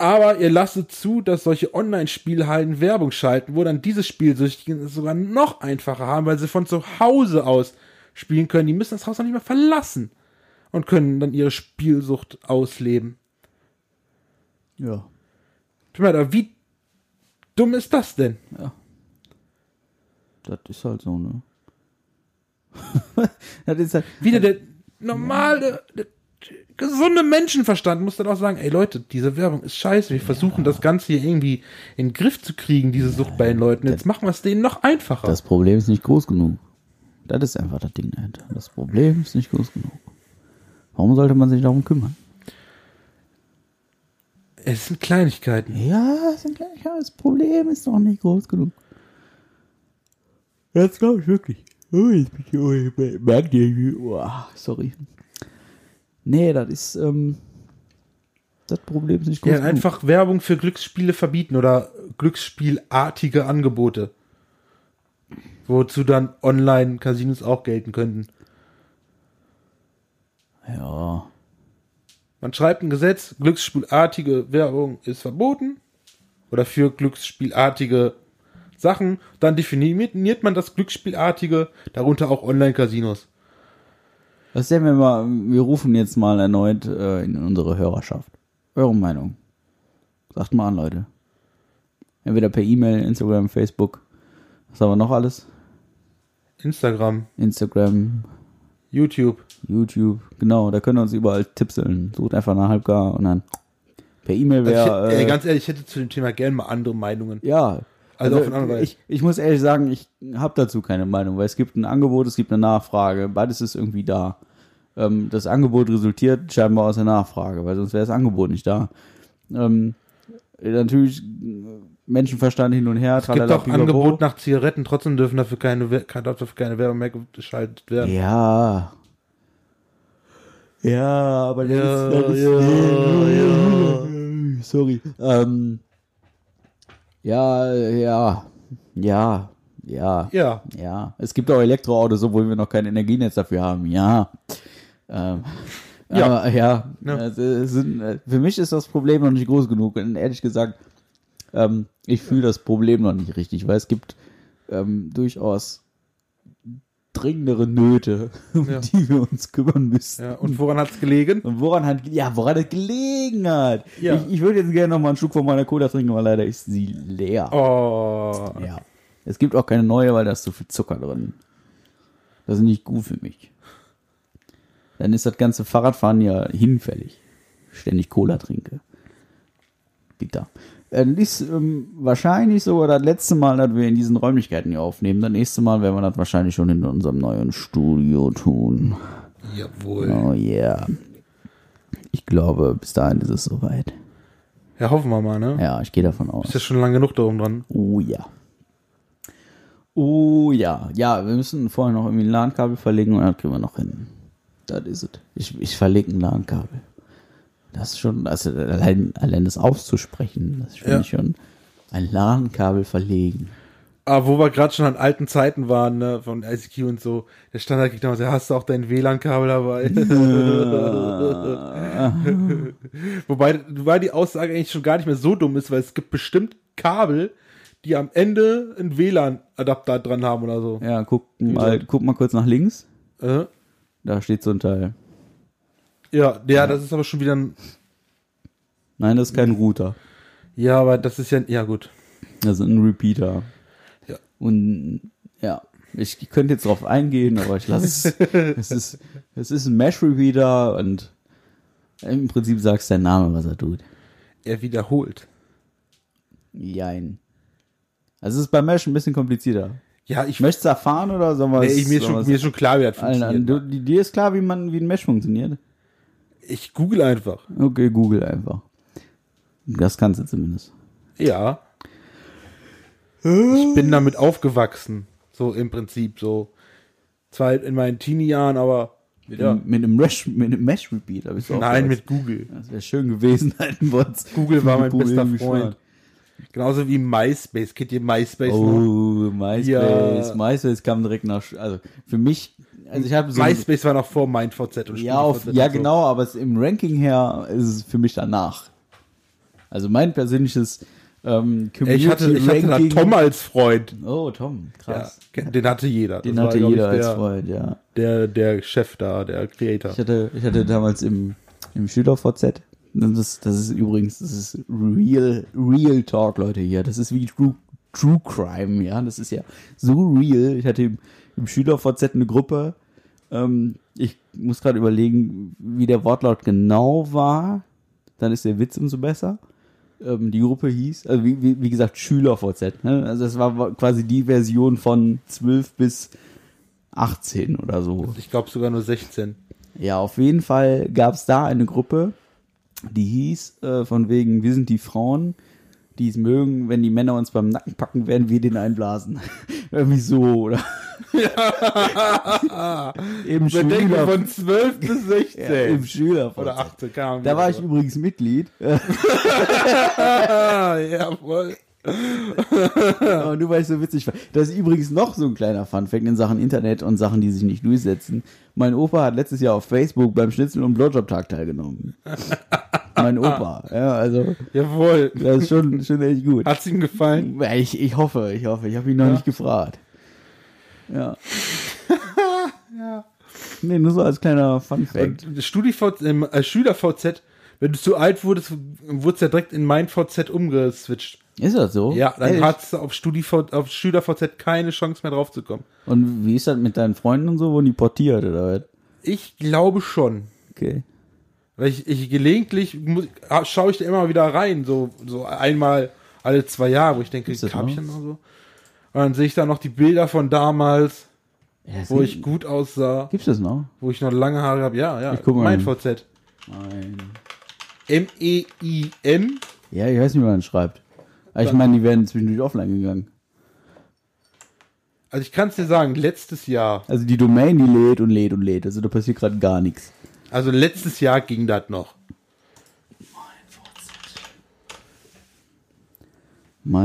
Aber ihr lasst es zu, dass solche Online-Spielhallen Werbung schalten, wo dann diese Spielsüchtigen es sogar noch einfacher haben, weil sie von zu Hause aus spielen können. Die müssen das Haus noch nicht mehr verlassen und können dann ihre Spielsucht ausleben. Ja. Tut mir leid, aber wie dumm ist das denn? Das ist halt so, ne? das ist halt, wieder der normale, der gesunde Menschenverstand muss dann auch sagen, ey Leute, diese Werbung ist scheiße, wir versuchen das Ganze hier irgendwie in den Griff zu kriegen, diese Sucht bei den Leuten, jetzt machen wir es denen noch einfacher. Das Problem ist nicht groß genug. Das ist einfach das Ding dahinter. Das Problem ist nicht groß genug. Warum sollte man sich darum kümmern? es sind Kleinigkeiten. Ja, ist ein kleines das Problem ist noch nicht groß genug. Das glaube ich wirklich. Oh, jetzt bin ich, oh, ich merke dir, oh, sorry. Nee, das ist, ähm, das Problem ist nicht groß Ja, genug. einfach Werbung für Glücksspiele verbieten oder glücksspielartige Angebote. Wozu dann Online-Casinos auch gelten könnten. Ja, Man schreibt ein Gesetz, glücksspielartige Werbung ist verboten oder für glücksspielartige Sachen. Dann definiert man das glücksspielartige, darunter auch Online-Casinos. was denn, wenn wir, wir rufen jetzt mal erneut äh, in unsere Hörerschaft. Eure Meinung. Sagt mal an, Leute. Entweder per E-Mail, Instagram, Facebook. Was haben wir noch alles? Instagram, Instagram, YouTube. YouTube, genau, da können wir uns überall tippseln. Sucht einfach nach Halbgar und dann per E-Mail Also ich, wäre. hätte- ey, Äh, ganz ehrlich, ich hätte zu dem Thema gerne mal andere Meinungen. ja. Also auf eine andere Weise. ich, ich muss ehrlich sagen, ich habe dazu keine Meinung, weil es gibt ein Angebot, es gibt eine Nachfrage, beides ist irgendwie da. Ähm, das Angebot resultiert scheinbar aus der Nachfrage, weil sonst wäre das Angebot nicht da. Ähm, natürlich äh, Menschenverstand hin und her. Es gibt auch Angebot nach Zigaretten, trotzdem dürfen dafür keine, Wer- kann dafür keine Werbung mehr geschaltet werden. Ja. Ja, aber das Ja, ist, das ist ja, ja. sorry. Ähm, ja, ja, ja, ja, Ja, ja. Es gibt auch Elektroautos, obwohl wir noch kein Energienetz dafür haben. Ja. Ähm, Ja. Aber, ja. Ja. Also, es sind, äh, für mich ist das Problem noch nicht groß genug. Und ehrlich gesagt, ähm, ich fühle das Problem noch nicht richtig, weil es gibt ähm, durchaus dringendere Nöte, um Ja. die wir uns kümmern müssen. ja. Und woran hat es gelegen? Und woran hat, ja, woran hat gelegen hat. Ja. Ich, ich würde jetzt gerne noch mal einen Schluck von meiner Cola trinken, weil leider ist sie leer. Oh. Ja. Es gibt auch keine neue, weil da ist zu viel Zucker drin. Das ist nicht gut für mich. Dann ist das ganze Fahrradfahren ja hinfällig. Ständig Cola trinke. Bitter. Äh, Das ist ähm, wahrscheinlich sogar das letzte Mal, dass wir in diesen Räumlichkeiten hier aufnehmen. Das nächste Mal werden wir das wahrscheinlich schon in unserem neuen Studio tun. Jawohl. Oh yeah. Ich glaube, bis dahin ist es soweit. Ja, hoffen wir mal, ne? Ja, ich gehe davon aus. Ist ja schon lange genug da oben dran. Oh ja. Oh ja. Ja, wir müssen vorher noch irgendwie ein LAN-Kabel verlegen und dann kriegen wir noch hin. Das ist es. Ich, ich verlege ein LAN-Kabel. Das ist schon, also allein, allein das auszusprechen, das finde Ja. ich schon. Ein LAN-Kabel verlegen. Aber Ah, wo wir gerade schon an alten Zeiten waren, ne, von ICQ und so, der Standard kriegt damals, ja, hast du auch dein WLAN-Kabel dabei? Wobei, wobei die Aussage eigentlich schon gar nicht mehr so dumm ist, weil es gibt bestimmt Kabel, die am Ende einen WLAN-Adapter dran haben oder so. ja, guck mal, guck mal kurz nach links. Ja, äh? Da steht so ein Teil. ja, ja das ist aber schon wieder ein. Nein, das ist kein Router. Ja, aber das ist ja. Ja, gut. Das ist Also ein Repeater. Ja. Und ja, ich könnte jetzt drauf eingehen, aber ich lasse es. es, ist, es ist ein Mesh-Repeater und im Prinzip sagst dein Name, was er tut. Er wiederholt. Jein. Also es ist bei Mesh ein bisschen komplizierter. Ja, ich. Möchtest du erfahren oder sollen wir nee, es- ich mir, ist sollen wir schon, es- mir ist schon klar, wie das allen an? funktioniert. Du, die, dir ist klar, wie man wie ein Mesh funktioniert. Ich google einfach. Okay, Google einfach. Das kannst du zumindest. Ja. Ich bin damit aufgewachsen. So im Prinzip. So. Zwar in meinen Teenie-Jahren, aber. Mit, ja. einem, mit einem Mesh, mit einem Mesh Repeater bist du auch Nein, gewachsen. mit Google. Das wäre schön gewesen, hätten wir uns. Google war mein bester irgendwie schon Freund. Genauso wie MySpace. Kennt ihr MySpace noch? Oh, MySpace. Ja. MySpace kam direkt nach. Sch- Also für mich, also ich habe so. MySpace war noch vor MindVZ und ja, auf, StudiVZ ja und so. genau, aber es, im Ranking her ist es für mich danach. Also mein persönliches ähm, Ey, Ich hatte, ich hatte da Community-Ranking- Tom als Freund. Oh, Tom, Ja, krass. den hatte jeder. Den Das war, hatte glaub ich, jeder als der, Freund, ja. Der, der Chef da, der Creator. Ich hatte, ich hatte damals im, im Schüler-VZ, das, das ist übrigens, das ist real, real Talk, Leute, hier. Das ist wie True, True Crime, ja. Das ist ja so real. Ich hatte im, im Schüler-VZ eine Gruppe. Ähm, ich muss gerade überlegen, wie der Wortlaut genau war. Dann ist der Witz umso besser. Ähm, die Gruppe hieß, also wie, wie, wie gesagt, Schüler-VZ. Ne? Also das war quasi die Version von 12 bis 18 oder so. Ich glaube sogar nur 16. Ja, auf jeden Fall gab's da eine Gruppe, die hieß äh, von wegen, wir sind die Frauen, die es mögen, wenn die Männer uns beim Nacken packen, werden wir den einblasen. Irgendwie so, oder? Im Bedenke Schüler, von 12 bis ja, im 16. Schüler oder 18, keine Ahnung. Da war ich übrigens Mitglied. Äh, Ah, jawohl. Aber nur weil ich so witzig war. Das ist übrigens noch so ein kleiner Funfact in Sachen Internet und Sachen, die sich nicht durchsetzen. Mein Opa hat letztes Jahr auf Facebook beim Schnitzel- und Blowjob-Tag teilgenommen. mein Opa. Ja, also, Jawohl. das ist schon, schon echt gut. Hat's ihm gefallen? Ja, Ich, ich hoffe, ich hoffe. Ich habe ihn noch nicht gefragt. Ja. Nee, nur so als kleiner Fun-Fact. Und StudiVZ, ähm, äh, SchülerVZ, wenn du zu alt wurdest, wurdest du ja direkt in mein VZ umgeswitcht. Ist das so? Ja, dann Ehrlich? hattest du auf, StudiV, auf SchülerVZ keine Chance mehr draufzukommen. Und wie ist das mit deinen Freunden und so? Wurden die portiert oder was? Ich glaube schon. Okay. Weil ich, ich gelegentlich muss, ah, schaue ich da immer mal wieder rein, so, so einmal alle zwei Jahre, wo ich denke, Ist das hab ich noch? denn mal so. Und dann sehe ich da noch die Bilder von damals, Ja, das wo sind- ich gut aussah, Gibt's das noch? wo ich noch lange Haare habe. Ja, ja. Ich guck mal mein hin. VZ. Nein. E M-E-I-M. Ja, ich weiß nicht, wie man das schreibt. Aber ich meine, die werden zwischendurch offline gegangen. Also ich kann es dir sagen, letztes Jahr, Also die Domain, die lädt und lädt und lädt. Also da passiert gerade gar nichts. also letztes Jahr ging das noch.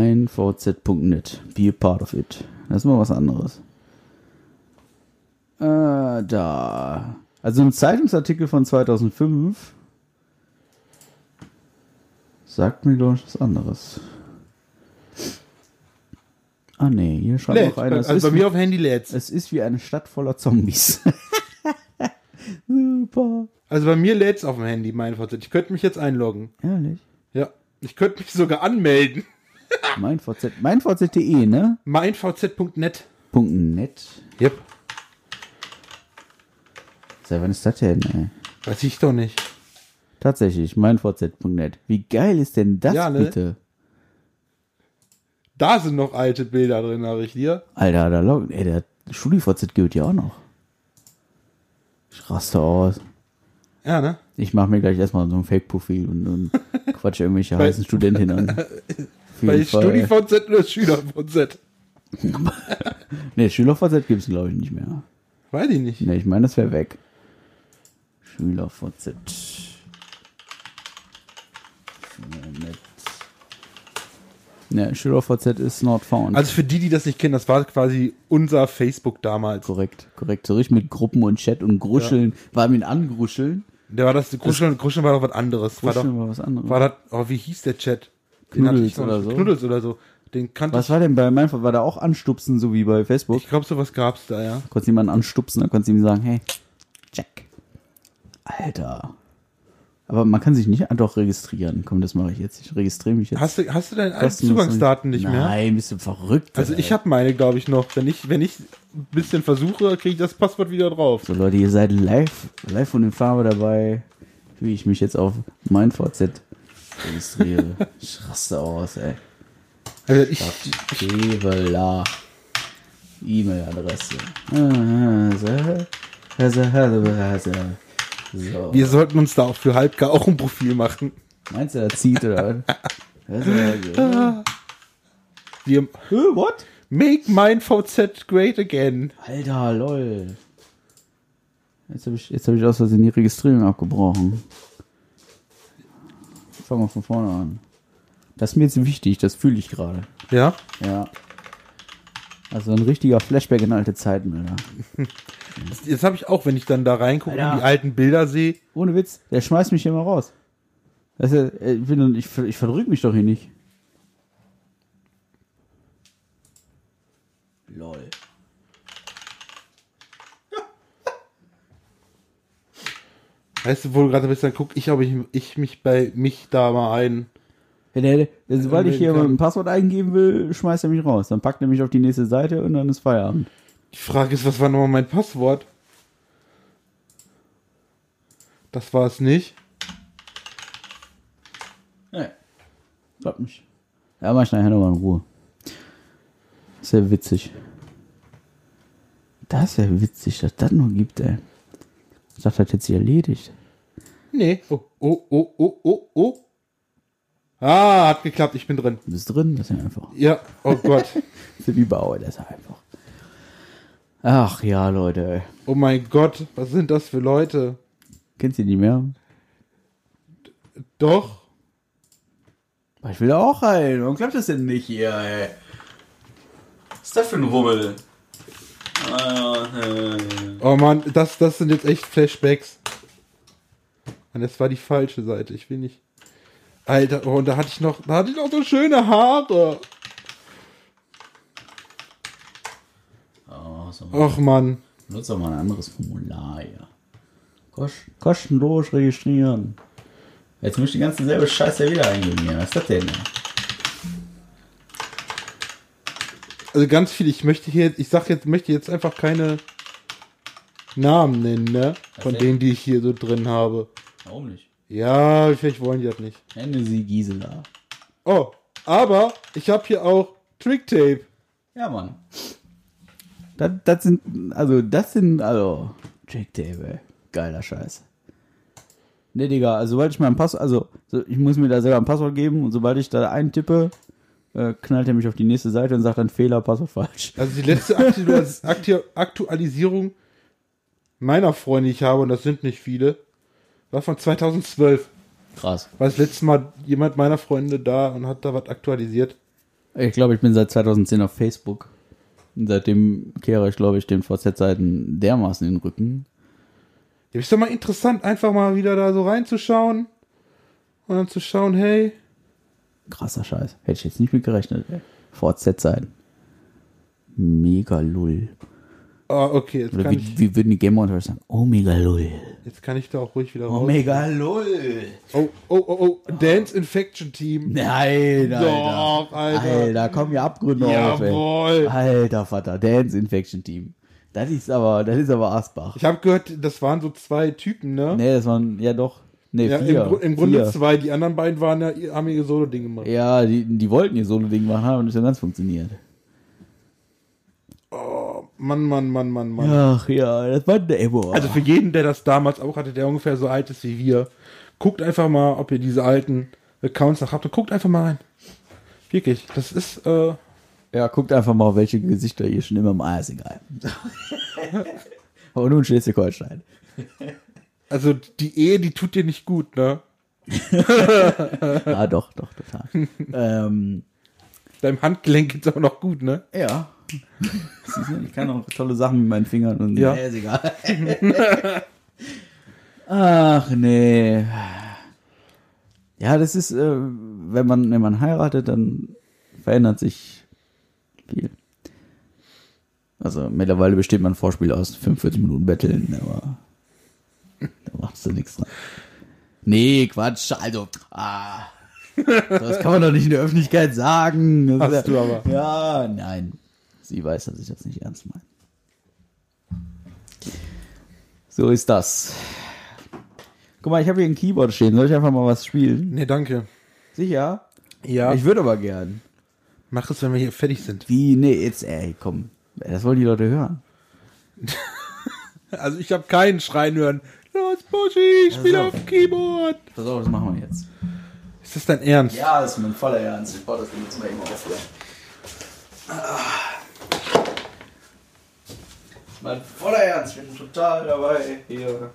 meinvz.net. Be a part of it. Das ist mal was anderes. Äh, da. Also ein Zeitungsartikel von 2005 sagt mir, glaube ich, was anderes. Ah, nee, hier schreibt Lädt. auch einer. Es, Also bei ist mir auf dem Handy lädt's. es ist wie eine Stadt voller Zombies. Super. Also bei mir lädt's auf dem Handy, mein VZ. Ich könnte mich jetzt einloggen. Ehrlich. Ja. Ich könnte mich sogar anmelden. Meinvz. Meinvz.de, ne? meinvz.net. Punkt .net. Yep. Seit wann ist das denn, ey? Weiß ich doch nicht. Tatsächlich, meinvz.net. Wie geil ist denn das Ja, ne? bitte? Da sind noch alte Bilder drin, habe ich dir. Alter, da log, ey, der StudiVZ gilt ja auch noch. Ich raste aus. Ja, ne? Ich mache mir gleich erstmal so ein Fake-Profil und, und quatsch irgendwelche heißen Studentinnen an. Auf Bei jeden Fall. StudiVZ oder SchülerVZ? Nee, SchülerVZ gibt's glaube ich nicht mehr. Weiß ich nicht. Nee, ich meine, das wäre weg. SchülerVZ. Schülernet. Ja, SchülerVZ ist not found. Also für die, die das nicht kennen, das war quasi unser Facebook damals. korrekt, korrekt. So richtig mit Gruppen und Chat und Gruscheln. War mit Angruscheln. Da war das, Kruscheln, Kruscheln war doch was anderes. Gruscheln war war was anderes. doch, war das, oh, wie hieß der Chat? Den hatte ich Knuddels noch oder nicht. so. Knuddels oder so. Den kannte was war denn bei meinem Fall? War da auch Anstupsen, so wie bei Facebook? ich. Ich glaube, sowas gab's da, ja. konntest jemanden anstupsen, dann konntest du ihm sagen, hey, Jack. Alter. Aber man kann sich nicht ah, doch registrieren. Komm, das mache ich jetzt. Ich registriere mich jetzt. Hast du, hast du deine alten Kostenlos. Zugangsdaten nicht mehr? Nein, bist du verrückt. Also Alter. ich habe meine, glaube ich, noch. Wenn ich, wenn ich ein bisschen versuche, kriege ich das Passwort wieder drauf. So Leute, ihr seid live, live und in Farbe dabei, wie ich mich jetzt auf mein VZ registriere. ich raste aus, ey. Also ich, Kevela. E-Mail-Adresse. So. wir sollten uns da auch für Halbgar auch ein Profil machen. Meinst du, er zieht oder was? Äh, Wir What? make mein VZ great again. Alter, lol. Jetzt habe ich, jetzt hab ich aus Versehen die Registrierung abgebrochen. Fangen wir von vorne an. Das ist mir jetzt wichtig, das fühle ich gerade. Ja? Ja. Also ein richtiger Flashback in alte Zeiten, Alter. Jetzt, jetzt habe ich auch, wenn ich dann da reingucke und Alter. die alten Bilder sehe. Ohne Witz, der schmeißt mich hier mal raus. Das ist, ja- ich, bin, doch- ich, ver- ich verdrück mich doch hier nicht. Lol. Weißt du, wo du gerade ein bisschen guck, ich glaube, ich, ich mich bei mich da mal ein. Wenn er, wenn- sobald ich hier Kann- ein Passwort eingeben will, schmeißt er mich raus. Dann packt er mich auf die nächste Seite und dann ist Feierabend. Die Frage ist, was war nochmal mein Passwort? Das war es nicht. Nee. Glaubt mich. Ja, mach ich nachher nochmal in Ruhe. Ist ja witzig. Das ist ja witzig, dass das noch gibt, ey. Ich dachte, das hätte sich erledigt. Nee. Oh, oh, oh, oh, oh, oh. Ah, hat geklappt, ich bin drin. Du bist drin, das ist ja einfach. Ja, oh Gott. Das ist wie Bauer, das ist ja einfach. Ach ja, Leute, ey. Oh mein Gott, was sind das für Leute? Kennst du die nicht mehr? Doch. Aber Ich will da auch rein. Warum klappt das denn nicht hier, ey? Was ist das für ein Rummel? Äh, Oh Mann, das, das sind jetzt echt Flashbacks. Und das war die falsche Seite, ich will nicht. Alter, oh, und da hatte ich noch, da hatte ich noch so schöne Haare. Oh, so. Och Mann. Benutzt doch mal ein anderes Formular hier. Kosch, kostenlos registrieren. Jetzt muss ich die ganze selbe Scheiße wieder eingeben hier. Was ist das denn? Also ganz viel, ich möchte hier, ich sag jetzt, möchte jetzt einfach keine Namen nennen, ne? Von Okay. denen, die ich hier so drin habe. Warum nicht? Ja, vielleicht wollen die das nicht. Nenne sie Gisela. Oh, aber ich habe hier auch Tricktape. Ja, Mann. Das, das sind, also, das sind, also, Jack Table. Geiler Scheiß. Nee, Digga, also, sobald ich mein Passwort, also, so, ich muss mir da selber ein Passwort geben und sobald ich da eintippe, äh, knallt er mich auf die nächste Seite und sagt dann Fehler, Passwort falsch. Also die letzte Aktu- Aktu- Aktualisierung meiner Freunde, die ich habe, und das sind nicht viele, war von 2012. Krass. War das letzte Mal jemand meiner Freunde da und hat da was aktualisiert. Ich glaube, ich bin seit 2010 auf Facebook. Und seitdem kehre ich, glaube ich, den VZ-Seiten dermaßen in den Rücken. Ja, ist doch mal interessant, einfach mal wieder da so reinzuschauen und dann zu schauen, hey, Krasser Scheiß. Hätte ich jetzt nicht mit gerechnet, ey. VZ-Seiten. Mega lull. ah, okay, jetzt Oder kann, ich, wie, wie würden die Gamer unter euch sagen? Omega Lull. jetzt kann ich da auch ruhig wieder raus. Omega Lull. Oh, oh, oh, oh, Dance Infection Team. Nein, Alter. Doch, Alter. Alter, komm hier Abgründe auf, ey. Jawohl. Alter, Vater, Dance Infection Team. Das ist aber, das ist aber Asbach. Ich habe gehört, das waren so zwei Typen, ne? Nee, das waren, ja doch. Nee, ja, vier. im, Gru- im Grunde vier. zwei. Die anderen beiden waren ja, ihr- haben ihr Solo-Ding gemacht. Ja, die, die wollten ihr Solo-Ding machen, haben nicht so ganz funktioniert. Mann, Mann, Mann, Mann, Mann. Ach ja, das war der Emo. Also für jeden, der das damals auch hatte, der ungefähr so alt ist wie wir, guckt einfach mal, ob ihr diese alten Accounts noch habt und guckt einfach mal rein. Wirklich, das ist, äh, ja, guckt einfach mal, welche Gesichter ihr schon immer im Eis egal. Aber nun Schleswig-Holstein. also die Ehe, die tut dir nicht gut, ne? Ah, doch, doch, total. ähm, Beim Handgelenk geht's auch noch gut, ne? Ja. Siehst du, ich kann auch tolle Sachen mit meinen Fingern und Ja. Nee, ist egal. Ach nee. Ja, das ist, äh, wenn man wenn man heiratet, dann verändert sich viel. Also mittlerweile besteht mein Vorspiel aus 45 Minuten Betteln, aber da machst du nichts dran. Nee, Quatsch, also, ah. Das kann man doch nicht in der Öffentlichkeit sagen. Das Hast ist ja, du aber. Ja, nein. Sie weiß, dass ich das nicht ernst meine. So ist das. Guck mal, ich habe hier ein Keyboard stehen. Soll ich einfach mal was spielen? Nee, danke. Sicher? Ja. Ich würde aber gern. Mach es, wenn wir hier fertig sind. Wie? Nee, jetzt, ey, komm. Das wollen die Leute hören. Also ich habe keinen Schreien hören. Los, Buschi, spiel Also. auf Keyboard. Pass auf, das machen wir jetzt. Ist das dein Ernst? Ja, das ist mein voller Ernst. Ich baue das Ding jetzt mal eben auf. Ja. Mein voller Ernst, ich bin total dabei hier.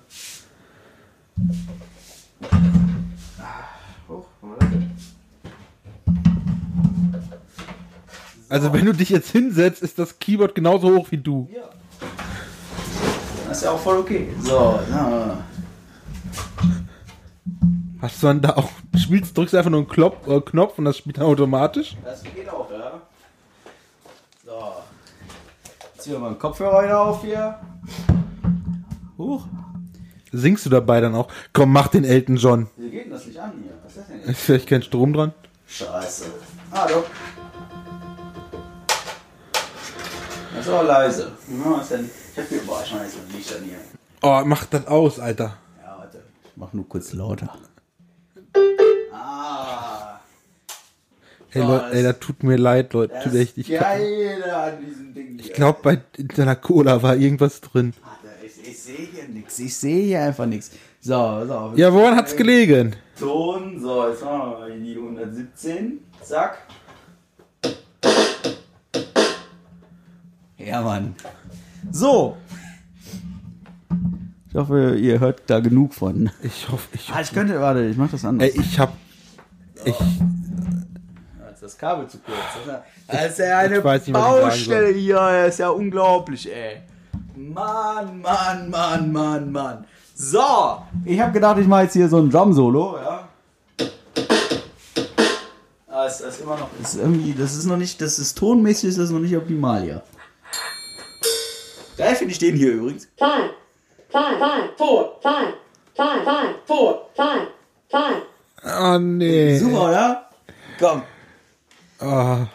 Ah, Hoch, Also wenn du dich jetzt hinsetzt, ist das Keyboard genauso hoch wie du. ja. Das ist ja auch voll okay. So, na. Hast du dann da auch, spielst, drückst einfach nur einen Klop, äh, Knopf und das spielt dann automatisch? Das geht auch, ja. So. Ziehen wir mal einen Kopfhörer wieder auf hier. Huch. Singst du dabei dann auch? Komm, mach den Elton John. Wieso geht denn das nicht an hier? Was ist das denn jetzt? Ist vielleicht kein Strom dran? Scheiße. Hallo. Das ist aber leise. Ja, was denn? Ich hab hier überall schon jetzt ein Licht an hier. Oh, mach das aus, Alter. Ja, warte. Ich mach nur kurz lauter. Ah. Ey, Oh, Leute, ey, das- da tut mir leid, Leute. Das Tut echt, ich glaube, Geile an diesem Ding hier. glaub, bei in deiner Cola war irgendwas drin. Alter, ich, ich sehe hier nichts. Ich sehe hier einfach nichts. So, so. Ja, woran hat's gelegen? Ton. So, jetzt machen wir mal die 117. Zack. Ja, Mann. So. Ich hoffe, ihr hört da genug von. Äh, Ich hoffe, ich. Ah, ich könnte, warte, ich mach das Ey, anders. ich hab. Ich, Da ist das Kabel zu kurz. Das ist ja- Das ist ja eine Ich weiß nicht, was ich sagen Baustelle hier. Das ist ja unglaublich, ey. Mann, Mann, Mann, Mann, Mann. So, ich habe gedacht, ich mache jetzt hier so ein Drum-Solo, ja. Ah, ist das immer noch. Ist irgendwie, das ist noch nicht, das ist tonmäßig, ist das noch nicht optimal hier. Geil finde ich den hier übrigens. five, five, five, four, five, five, five, four, five, five. oh, nee. Super, oder? Komm. Ah.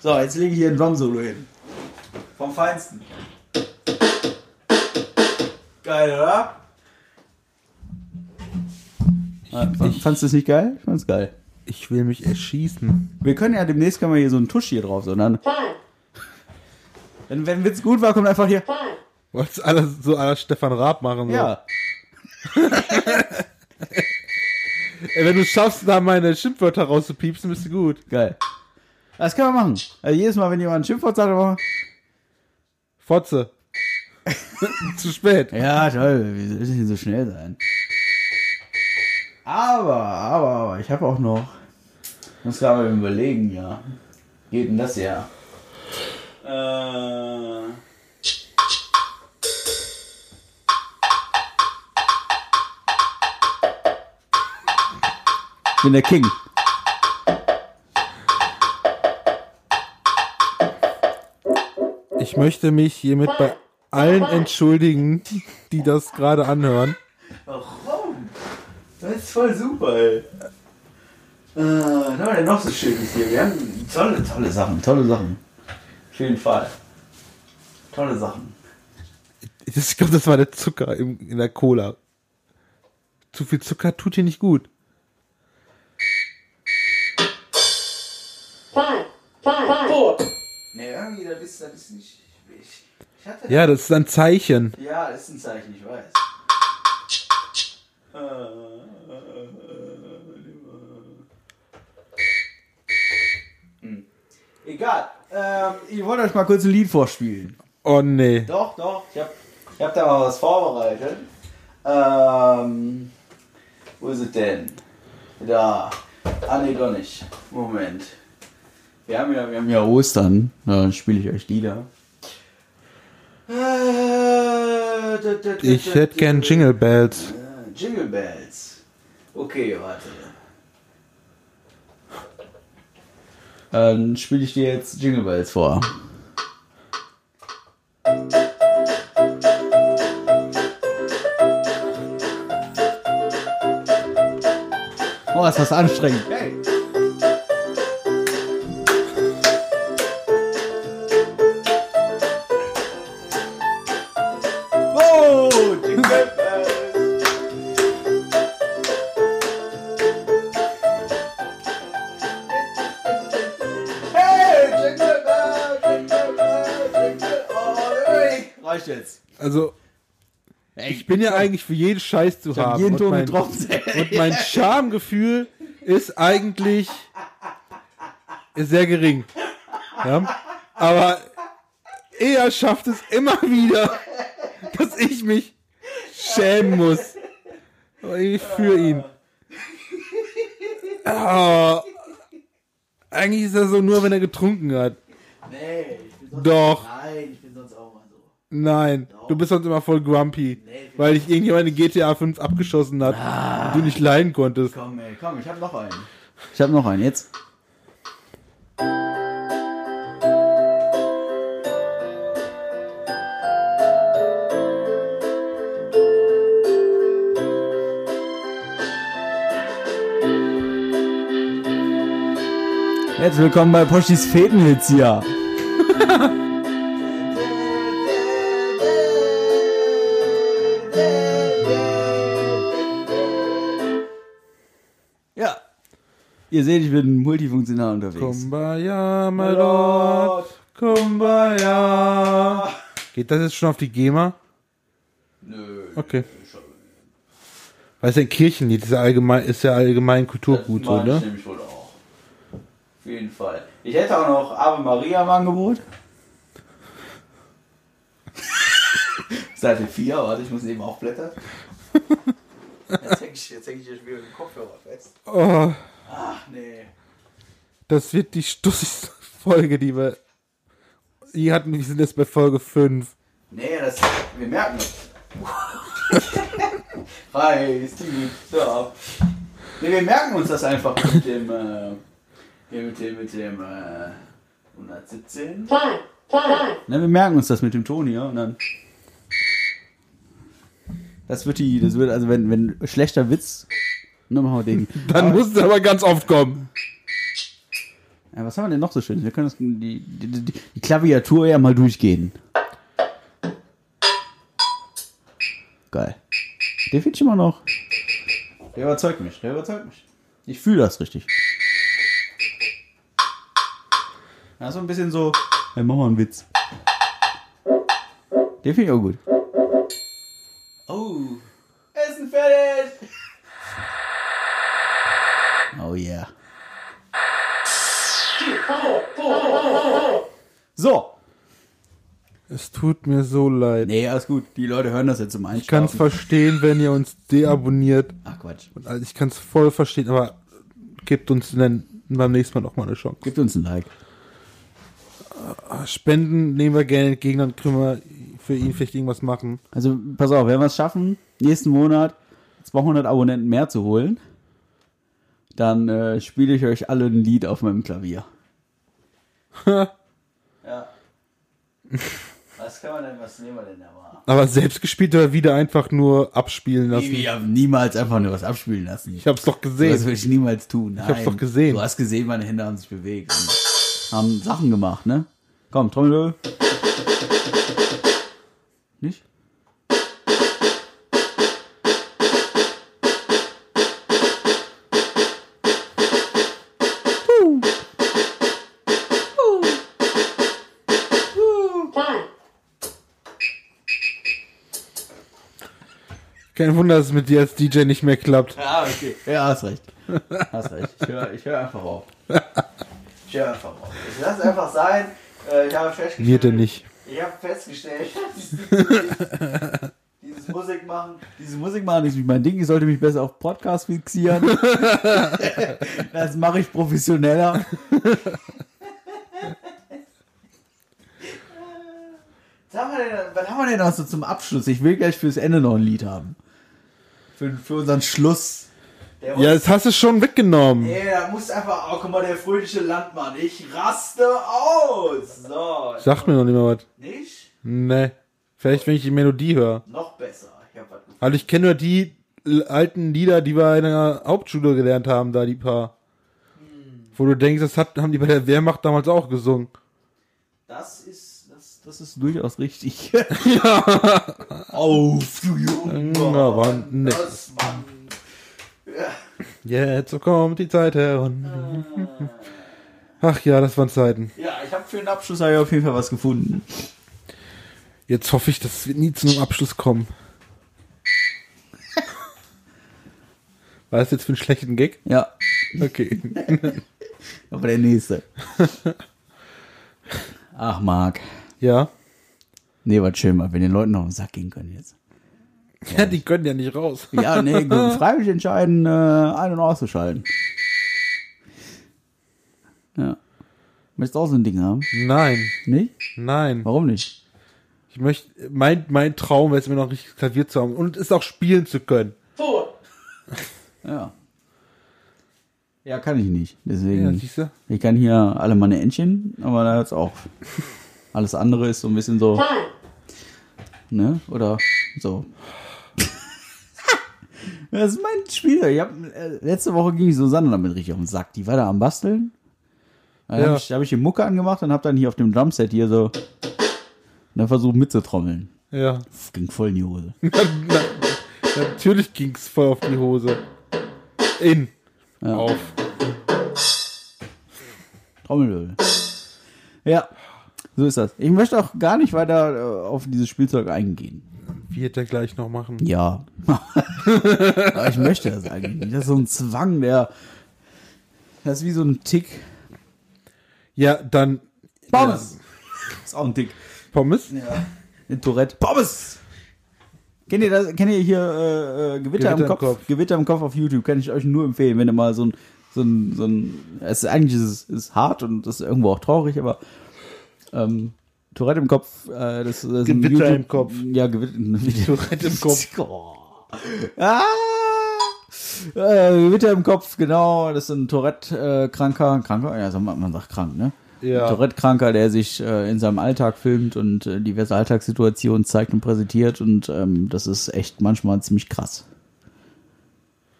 So, jetzt lege ich hier ein Drum-Solo hin. Vom Feinsten. Geil, oder? Ich, Fandst du es nicht geil? Ich fand's geil. Ich will mich erschießen. Wir können ja demnächst können wir hier so einen Tusch hier drauf, sondern Five, wenn wenn Witz gut war, kommt einfach hier. five, Wolltest du alles so aller Stefan Raab machen? So. Ja. Ey, wenn du es schaffst, da meine Schimpfwörter rauszupiepsen, bist du gut. Geil. Das können wir machen. Also jedes Mal, wenn jemand ein Schimpfwort sagt, dann machen Fotze. Zu spät. wir- Ja, toll, wie soll das denn so schnell sein? Aber, aber, aber, ich habe auch noch. Muss gerade mal überlegen, ja. Geht denn das ja? Äh. Ich bin der King. Ich möchte mich hiermit bei allen entschuldigen, die das gerade anhören. Warum? Das ist voll super, ey. Äh, da war der noch so schönes hier. Wir haben tolle, tolle Sachen, tolle Sachen. Auf jeden Fall. Tolle Sachen. Ich glaube, das war der Zucker im, in der Cola. Zu viel Zucker tut dir nicht gut. five, five, five, four. Ne, irgendwie, das ist, das ist nicht. Ich, ich hatte. Ja, das ist ein Zeichen. Ja, das ist ein Zeichen, ich weiß. Äh, äh, äh, äh, hm. Egal. Ähm, ich wollte euch mal kurz ein Lied vorspielen. Oh nee. Doch, doch. Ich hab, ich hab da mal was vorbereitet. Ähm, wo ist es denn? Da. Ah, nee, doch nicht. Moment. Wir haben ja, wir haben ja Ostern. Na, Dann spiele ich euch Lieder. Ich hätte gern Jingle Bells. Jingle Bells. Okay, warte. Dann spiele ich dir jetzt Jingle Bells vor. Oh, ist das anstrengend. Hey. Oh, Jingle Bells. Hey, Jingle Bell, Jingle Bell, Jingle all the way. Reicht jetzt. Also, ich bin ja eigentlich für jeden Scheiß zu hab haben. jeden und Ton mein, getroffen. und mein Schamgefühl ist eigentlich sehr gering. Ja? Aber er schafft es immer wieder, dass ich mich schämen muss. Aber irgendwie Für ihn. Ah, eigentlich ist das so nur, wenn er getrunken hat. Nee, ich bin sonst Doch. Nein, ich bin sonst auch mal so. Nein, du bist sonst immer voll grumpy, weil dich irgendjemand in GTA 5 abgeschossen hat und du nicht leiden konntest. Komm, ey, komm, ich hab noch einen. Ich hab noch einen, jetzt. Herzlich willkommen bei Poschis Fädenhits hier. Ja. Ihr seht, ich bin multifunktional unterwegs. Kumbaya, my lord, Ah. Kumbaya. Geht das jetzt schon auf die GEMA? Nö. Okay. Weißt du, ein Kirchenlied ist ja allgemein, ist ja allgemein ne? Kulturgut, Das meine oder? Ich nämlich wohl auch. Auf jeden Fall. Ich hätte auch noch Ave Maria im Angebot. Seite 4, warte, ich muss eben auch blättern. Jetzt hänge ich, jetzt häng ich hier schon wieder den Kopfhörer fest. Oh, Ach nee. das wird die stussigste Folge, die wir je hatten. Wir sind jetzt bei Folge 5. Nee, das. Wir merken es. Heiß, die Hüfte ab. Nee, wir merken uns das einfach mit dem. Äh, hier mit dem. Mit dem äh, 117. Five, five, Ne, wir merken uns das mit dem Toni, ja, und dann. Das wird die, das wird, also wenn, wenn schlechter Witz, ne, machen wir den. Dann muss es aber ganz oft kommen. Ja, was haben wir denn noch so schön? Wir können das, die, die, die, die Klaviatur ja mal durchgehen. Geil. Der finde ich immer noch. Der überzeugt mich, der überzeugt mich. Ich fühle das richtig. Ja, so ein bisschen so, hey, mach mal einen Witz. Den finde ich auch gut. Oh. Essen fertig! Oh yeah. So, Es tut mir so leid. Nee, alles gut. Die Leute hören das jetzt zum Einschlafen. Ich kann es verstehen, wenn ihr uns deabonniert. Ach Quatsch. Also ich kann es voll verstehen, aber gebt uns dann beim nächsten Mal nochmal eine Chance. Gebt uns ein Like. Spenden nehmen wir gerne entgegen, dann können wir für ihn vielleicht irgendwas machen. Also, pass auf, wenn wir es schaffen, nächsten Monat 200 Abonnenten mehr zu holen, dann äh, spiele ich euch alle ein Lied auf meinem Klavier. ja. Was kann man denn, was nehmen wir denn da mal? Aber selbst gespielt oder wieder einfach nur abspielen lassen. Ich habe niemals einfach nur was abspielen lassen. Ich hab's doch Das gesehen. würde ich niemals tun. Nein. hab's doch gesehen. Du hast gesehen, meine Hände haben sich bewegt und haben Sachen gemacht, ne? Komm, Trommelwirbel. Nicht? five, Kein Wunder, dass es mit dir als DJ nicht mehr klappt. Ja, okay. Ja, hast recht. Hast recht. Ich höre ich hör einfach auf. Ich höre einfach auf. Ich lasse es einfach sein. Äh, Ich habe festgestellt. Wir denn nicht. Ich habe festgestellt, dieses, dieses Musik machen, dieses Musik machen ist nicht mein Ding. Ich sollte mich besser auf Podcast fixieren. das mache ich professioneller. Was haben wir denn, was haben wir denn noch so zum Abschluss? Ich will gleich fürs Ende noch ein Lied haben. Für, für unseren Schluss. Der Ja, jetzt hast du es schon weggenommen. Ey, da muss einfach, oh, guck mal, der fröhliche Landmann. Ich raste aus. So. Sagt mir noch nicht mal was. Nicht? Ne. Vielleicht, wenn ich die Melodie höre. Noch besser. Ich hab was gefunden. Also ich kenne nur die l- alten Lieder, die wir in der Hauptschule gelernt haben, da die paar. Wo du denkst, das hat, haben die bei der Wehrmacht damals auch gesungen. Das ist, das, das ist durchaus richtig. ja. Auf, du junger Wann- ne. Mann. Jetzt so kommt die Zeit heran. Ah. Ach ja, das waren Zeiten. Ja, ich habe für den Abschluss hab ich auf jeden Fall was gefunden. Jetzt hoffe ich, dass wir nie zu einem Abschluss kommen. War das jetzt für einen schlechten Gag? Ja, Okay. aber der nächste. Ach, Marc. Ja. Nee, war chill mal, wenn den Leuten noch auf den Sack gehen können jetzt. Ja, die können ja nicht raus. Ja, nee, gut, freiwillig entscheiden, äh, ein- und auszuschalten. Ja. Möchtest du auch so ein Ding haben? Nein, Nicht? nein. Warum nicht? Ich möchte, mein, mein Traum wäre es mir noch richtig Klavier zu haben und es auch spielen zu können. four, Ja. Ja, kann ich nicht. Deswegen. Ja, siehst du? Ich kann hier alle meine Entchen, aber da hört's auf. Alles andere ist so ein bisschen so, five, ne? Oder so. Das ist mein Spieler. Ich hab, äh, letzte Woche ging ich Susanne damit richtig auf den Sack. Die war da am Basteln. Da Ja. habe ich, hab ich die Mucke angemacht und habe dann hier auf dem Drumset hier so und dann versucht mitzutrommeln. Ja. Pff, ging voll in die Hose. Natürlich ging's voll auf die Hose. In. Auf. Trommelwirbel. Ja, so ist das. Ich möchte auch gar nicht weiter äh, auf dieses Spielzeug eingehen. Wird er gleich noch machen. Ja. Aber ich möchte das eigentlich nicht. Das ist so ein Zwang, der. Das ist wie so ein Tick. Ja, dann. Pommes! Ist auch ein Tick. Pommes? Ja. Ein Tourette. Pommes! Kennt ihr, das, kennt ihr hier äh, äh, Gewitter, im, Kopf? Gewitter im Kopf auf YouTube kann ich euch nur empfehlen, wenn ihr mal so ein. So ein, so ein es ist eigentlich ist es ist hart und das ist irgendwo auch traurig, aber ähm, Tourette im Kopf, äh, das, das ist ein Gewitter im Kopf. Ja, Gewitter. Tourette im Kopf. Oh. Ah! Äh, Gewitter im Kopf, genau. Das ist ein Tourette-Kranker. Kranker? Ja, sagt man man sagt krank, ne? Ja. Ein Tourette-Kranker, der sich äh, in seinem Alltag filmt und äh, diverse Alltagssituationen zeigt und präsentiert. Und ähm, das ist echt manchmal ziemlich krass.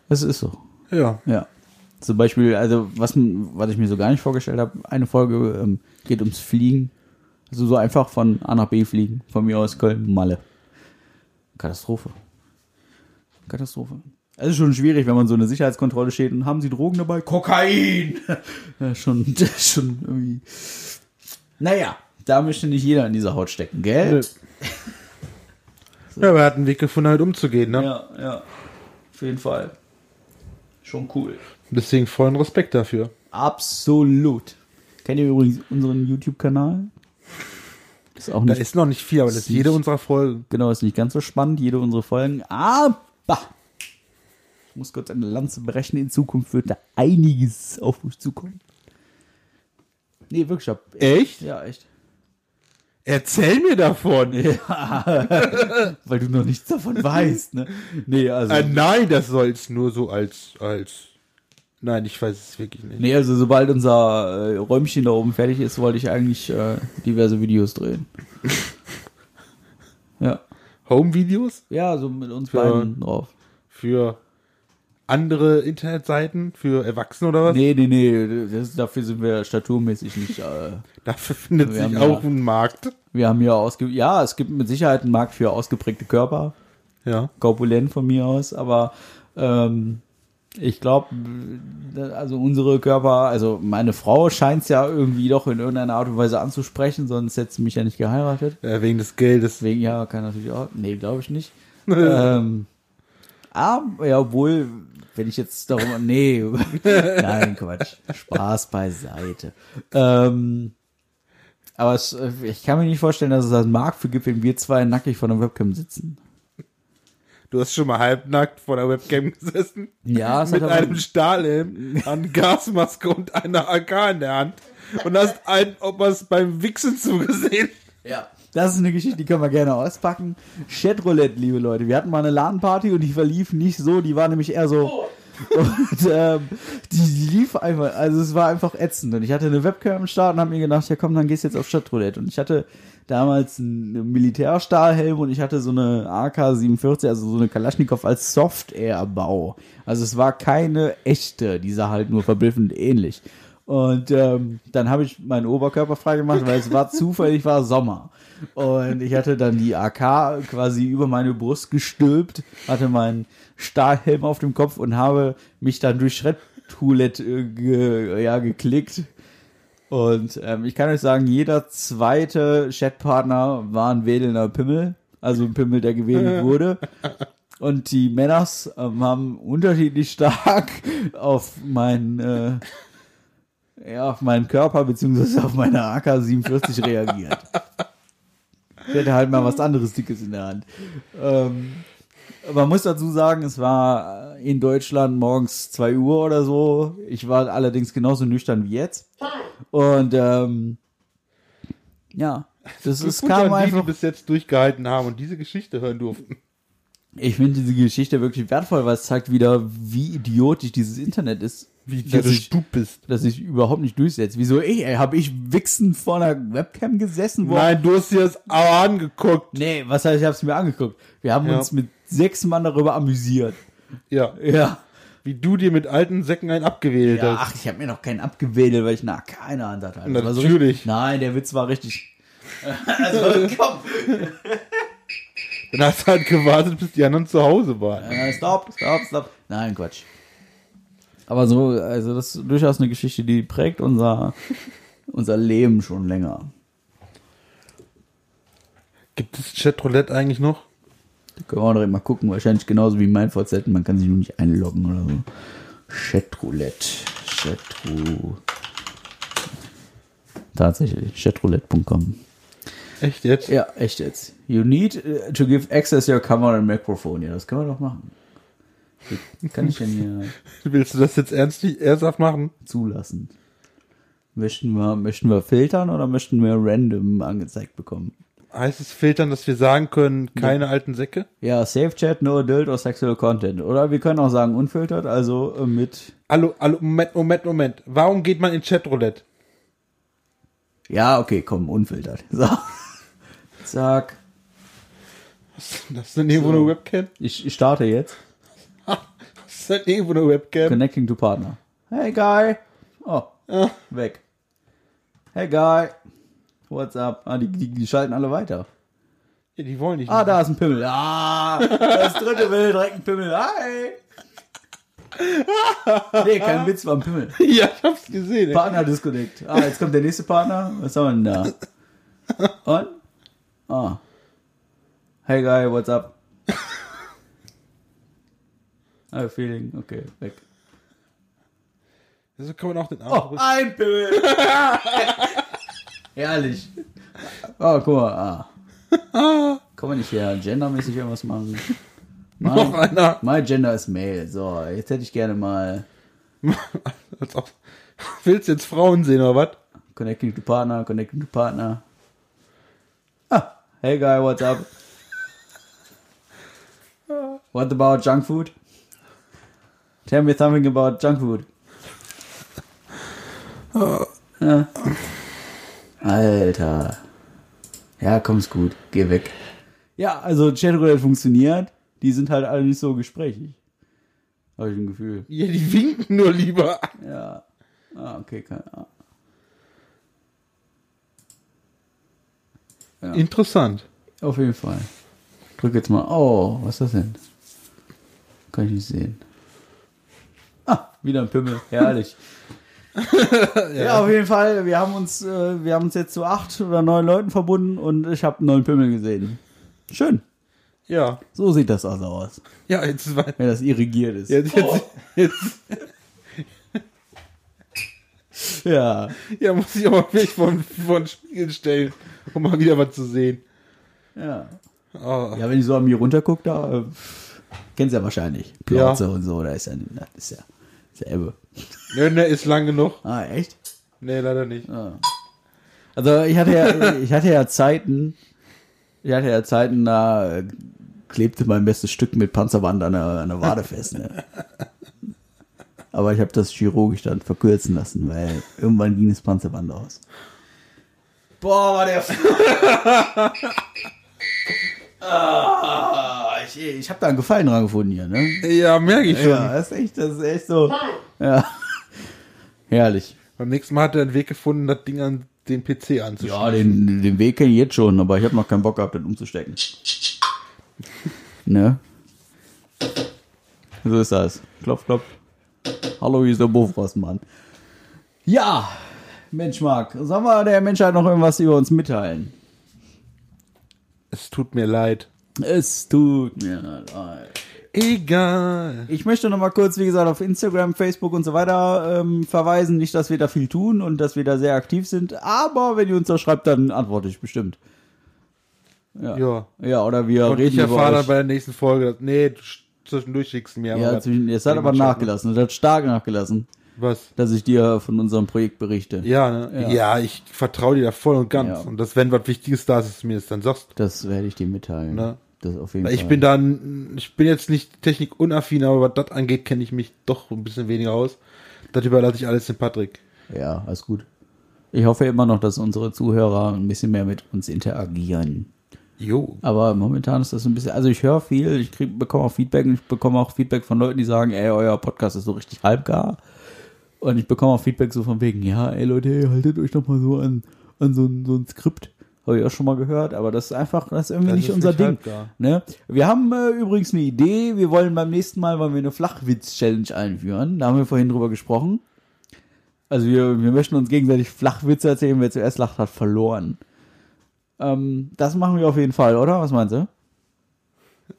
Das ist so. Ja. Ja. Zum Beispiel, also was, m- was ich mir so gar nicht vorgestellt habe, eine Folge ähm, geht ums Fliegen. Also so einfach von A nach B fliegen, von mir aus Köln, Malle. Katastrophe. Katastrophe. Es ist schon schwierig, wenn man so eine Sicherheitskontrolle steht und haben sie Drogen dabei? Kokain! ja, schon, schon irgendwie. Naja, da möchte nicht jeder in dieser Haut stecken, gell? Nö. Ja, wir hatten einen Weg gefunden, damit umzugehen, ne? Ja, ja. Auf jeden Fall. Schon cool. Deswegen vollen Respekt dafür. Absolut. Kennt ihr übrigens unseren YouTube-Kanal? Ist auch Da nicht, ist noch nicht viel, aber das ist jede unserer Folgen. genau, ist nicht ganz so spannend, jede unserer Folgen. Aber ich muss kurz eine Lanze brechen. In Zukunft wird da einiges auf mich zukommen. Nee, wirklich. ich hab- Echt? Ja, echt. Erzähl mir davon. Weil du noch nichts davon weißt, ne? Nee, also. Äh, nein, das soll es nur so als, als. Nein, ich weiß es wirklich nicht. Nee, also sobald unser äh, Räumchen da oben fertig ist, wollte ich eigentlich äh, diverse Videos drehen. ja. Home-Videos Ja, so mit uns Ja. beiden drauf. für andere Internetseiten, für Erwachsene oder was? Nee, nee, nee, das, dafür sind wir staturmäßig nicht. Äh, Dafür findet Wir haben sich auch ja- ein Markt. wir haben ja ausge ja, es gibt mit Sicherheit einen Markt für ausgeprägte Körper, Ja. korpulent von mir aus, aber ähm, ich glaube, also unsere Körper, also meine Frau scheint es ja irgendwie doch in irgendeiner Art und Weise anzusprechen, sonst hätte sie mich ja nicht geheiratet. Äh, wegen des Geldes. Deswegen, ja, kann natürlich auch. Nee, glaube ich nicht. ähm, aber, ja, obwohl, wenn ich jetzt darum. Nee, nein, Quatsch. Spaß beiseite. Ähm, aber es, ich kann mir nicht vorstellen, dass es einen Markt für gibt, wenn wir zwei nackig vor der Webcam sitzen. Du hast schon mal halbnackt vor der Webcam gesessen. Ja, es mit hat aber- einem Stahlhelm, einer Gasmaske und einer AK in der Hand. Und hast einen Opas beim Wichsen zugesehen. Ja. Das ist eine Geschichte, die können wir gerne auspacken. Chatroulette, liebe Leute. Wir hatten mal eine LAN-Party und die verlief nicht so. Die war nämlich eher so. Und ähm, die lief einfach, also es war einfach ätzend. Und ich hatte eine Webcam am Start und habe mir gedacht, ja komm, dann gehst du jetzt auf Chatroulette. Und ich hatte damals einen Militärstahlhelm und ich hatte so eine AK-47, also so eine Kalaschnikow als Soft-Air-Bau. Also es war keine echte, die sah halt nur verblüffend ähnlich. Und ähm, dann habe ich meinen Oberkörper freigemacht, weil es war zufällig war Sommer. Und ich hatte dann die AK quasi über meine Brust gestülpt, hatte meinen Stahlhelm auf dem Kopf und habe mich dann durch Schreddtoilett äh, ge, ja, geklickt. Und ähm, ich kann euch sagen, jeder zweite Chatpartner war ein wedelnder Pimmel, also ein Pimmel, der gewedelt wurde. Und die Männers ähm, haben unterschiedlich stark auf meinen äh, ja, auf meinen Körper beziehungsweise auf meine AK-47 reagiert. Ich hätte halt mal was anderes Dickes in der Hand. Ähm, man muss dazu sagen, es war in Deutschland morgens 2 Uhr oder so. Ich war allerdings genauso nüchtern wie jetzt. Und ähm, ja, das ist, Glückwunsch kam an die, die einfach. bis jetzt durchgehalten haben und diese Geschichte hören durften. Ich finde diese Geschichte wirklich wertvoll, weil es zeigt wieder, wie idiotisch dieses Internet ist. Wie Dass ich- tierisch du bist. dass ich überhaupt nicht durchsetze. Wieso ich, ey? Hab ich wichsen vor einer Webcam gesessen? Wo- Nein, du hast dir das aber angeguckt. Nee, was heißt, ich hab's mir angeguckt. Wir haben Ja. uns mit sechs Mann darüber amüsiert. Ja. Ja. Wie du dir mit alten Säcken einen abgewählt ja hast. ach, ich hab mir noch keinen abgewedelt, weil ich eine AK in der Hand hatte. Das war so Natürlich. richtig- nein, der Witz war richtig. also, komm. Dann hast du halt gewartet, bis die anderen zu Hause waren. Äh, Stopp, stopp, stopp. Nein, Quatsch. Aber so, also das ist durchaus eine Geschichte, die prägt unser, unser Leben schon länger. Gibt es Chatroulette eigentlich noch? Da können wir auch direkt mal gucken. Wahrscheinlich genauso wie mein VZ. Man kann sich nur nicht einloggen oder so. Chatroulette. Chatru. Tatsächlich. Chatroulette.com. Echt jetzt? Ja, echt jetzt. You need äh, to give access your camera and microphone. Ja, das können wir doch machen. Kann ich denn hier Willst du das jetzt ernstlich, ernsthaft machen? zulassen? Möchten wir, möchten wir filtern oder möchten wir random angezeigt bekommen? Heißt es filtern, dass wir sagen können, keine alten Säcke? Ja, Safe Chat, no adult or sexual content. Oder wir können auch sagen unfiltert, also äh, mit Hallo, hallo, Moment, Moment, Moment. Warum geht man in Chatroulette? Ja, okay, komm, unfiltert. So. Zack. Das ist denn irgendwo eine Webcam? Ich, ich starte jetzt. Das ist denn irgendwo eine Webcam? Connecting to Partner. Hey, guy. Oh, weg. Hey, guy. What's up? Ah, die, die, die schalten alle weiter. Ja, die wollen nicht. Ah, da ist ein Pimmel. Ah, das dritte will direkt ein Pimmel. Hi. Nee, kein Witz, war ein Pimmel. Ja, ich hab's gesehen. ey. Partner disconnect. Ah, jetzt kommt der nächste Partner. Was haben wir denn da? Und? Ah. Hey guy, what's up? I have a Ah, feeling. Okay, weg. So kann man auch den Arm Oh, rüsten. ein Pimmel! Herrlich. Oh, guck mal. Ah. Kann man nicht hier gendermäßig irgendwas machen? Ah. Noch Mein, einer. my gender ist male. So, jetzt hätte ich gerne mal Als ob. Willst du jetzt Frauen sehen oder was? Connecting to Partner, Connecting to Partner. Ah, hey guy, what's up? What about junk food? Tell me something about junk food. Ja. Alter. Ja, komm's gut, geh weg. Ja, also Chatroulette funktioniert. Die sind halt alle nicht so gesprächig. Habe ich ein Gefühl. Ja, die winken nur lieber. Ja. Ah, okay, keine Ahnung. Ja. Interessant. Auf jeden Fall. Drück jetzt mal. Oh, was ist das denn? Kann ich nicht sehen. Ah, wieder ein Pimmel. Herrlich. ja. auf jeden Fall. Wir haben uns, äh, wir haben uns jetzt zu acht oder neun Leuten verbunden und ich habe einen neuen Pimmel gesehen. Schön. Ja. So sieht das also aus, Ja, jetzt ist weiter. wenn das irrigiert ist. Jetzt, jetzt, jetzt. Ja. Ja, muss ich aber mich von, von Spiegel stellen, um mal wieder was zu sehen. Ja. Oh. Ja, wenn ich so an mir runtergucke, da äh, kennst du ja wahrscheinlich. Plauze und so, da ist ja, das ist ja selbe. Nö, ne, ist lang genug. Ah, echt? Nee, leider nicht. Also ich hatte ja, ich hatte ja Zeiten, Ich hatte ja Zeiten, da äh, klebte mein bestes Stück mit Panzerband an der, an der Wade fest. Ne? Aber ich habe das chirurgisch dann verkürzen lassen, weil irgendwann ging das Panzerband aus. Boah, war der. ah, ich ich habe da einen Gefallen dran gefunden hier, ne? Ja, merke ich schon. Ja, das ist echt, das ist echt so. five, Ja. Herrlich. Beim nächsten Mal hat er einen Weg gefunden, das Ding an den PC Ja, anzuschließen. den, den Weg kenne ich jetzt schon, aber ich habe noch keinen Bock gehabt, den umzustecken. ne? So ist das. Klopf, klopf. Hallo, hier ist der Bofrostmann. Ja, Mensch, Marc, soll mal der Menschheit noch irgendwas über uns mitteilen? Es tut mir leid. Es tut mir leid. Egal. Ich möchte noch mal kurz, wie gesagt, auf Instagram, Facebook und so weiter ähm, verweisen. Nicht, dass wir da viel tun und dass wir da sehr aktiv sind, aber wenn ihr uns da schreibt, dann antworte ich bestimmt. Ja. Ja. Ja, oder wir Und reden über ich erfahre dann euch. bei der nächsten Folge, dass, nee, du sch- zwischendurch schickst du mir. Ja, was. zwischen, es hat aber Irgendwann nachgelassen, es hat stark nachgelassen, schaffen wir- Was? dass ich dir von unserem Projekt berichte. Ja, ne? Ja. ja. ich vertraue dir da voll und ganz. Ja. Und dass, wenn was Wichtiges da ist, dass du mir das dann sagst. Das werde ich dir mitteilen. Ne? Das auf jeden Weil Fall. Ich bin dann, ich bin jetzt nicht technikunaffin, aber was das angeht, kenne ich mich doch ein bisschen weniger aus. Das überlasse ich alles dem Patrick. Ja, alles gut. Ich hoffe immer noch, dass unsere Zuhörer ein bisschen mehr mit uns interagieren. Jo. Aber momentan ist das so ein bisschen, also ich höre viel, ich krieg, bekomme auch Feedback und ich bekomme auch Feedback von Leuten, die sagen, ey, euer Podcast ist so richtig halbgar. Und ich bekomme auch Feedback so von wegen, ja, ey Leute, haltet euch doch mal so an, an so, ein- so ein Skript. Habe ich auch schon mal gehört, aber das ist einfach, das ist irgendwie Das nicht ist unser nicht Ding. halbgar. Ne? Wir haben äh, übrigens eine Idee, wir wollen beim nächsten Mal, wollen wir eine Flachwitz-Challenge einführen. Da haben wir vorhin drüber gesprochen. Also wir, wir möchten uns gegenseitig Flachwitze erzählen, wer zuerst lacht, hat verloren. Ähm, das machen wir auf jeden Fall, oder? Was meinst du?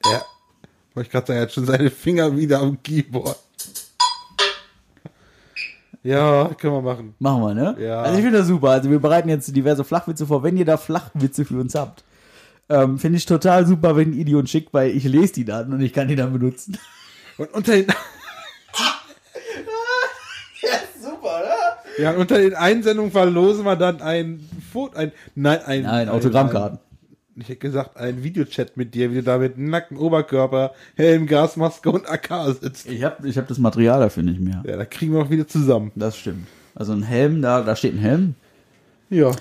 Ja. Wollte ich gerade sagen, er hat schon seine Finger wieder am Keyboard. Ja, können wir machen. Machen wir, ne? Ja. Also ich finde das super. Also wir bereiten jetzt diverse Flachwitze vor, wenn ihr da Flachwitze für uns habt. Ähm, finde ich total super, wenn ihr die uns schickt, weil ich lese die dann und ich kann die dann benutzen. Und unter den, Super, oder? ja, und unter den Einsendungen verlosen wir dann ein Foto, ein, nein, ein, Nein, Autogrammkarten. Ein, ich hätte gesagt, ein Videochat mit dir, wie du da mit nacktem Oberkörper, Helm, Gasmaske und AK sitzt. Ich habe ich hab das Material dafür nicht mehr. Ja, da kriegen wir auch wieder zusammen. Das stimmt. Also ein Helm, da, da steht ein Helm, Ja.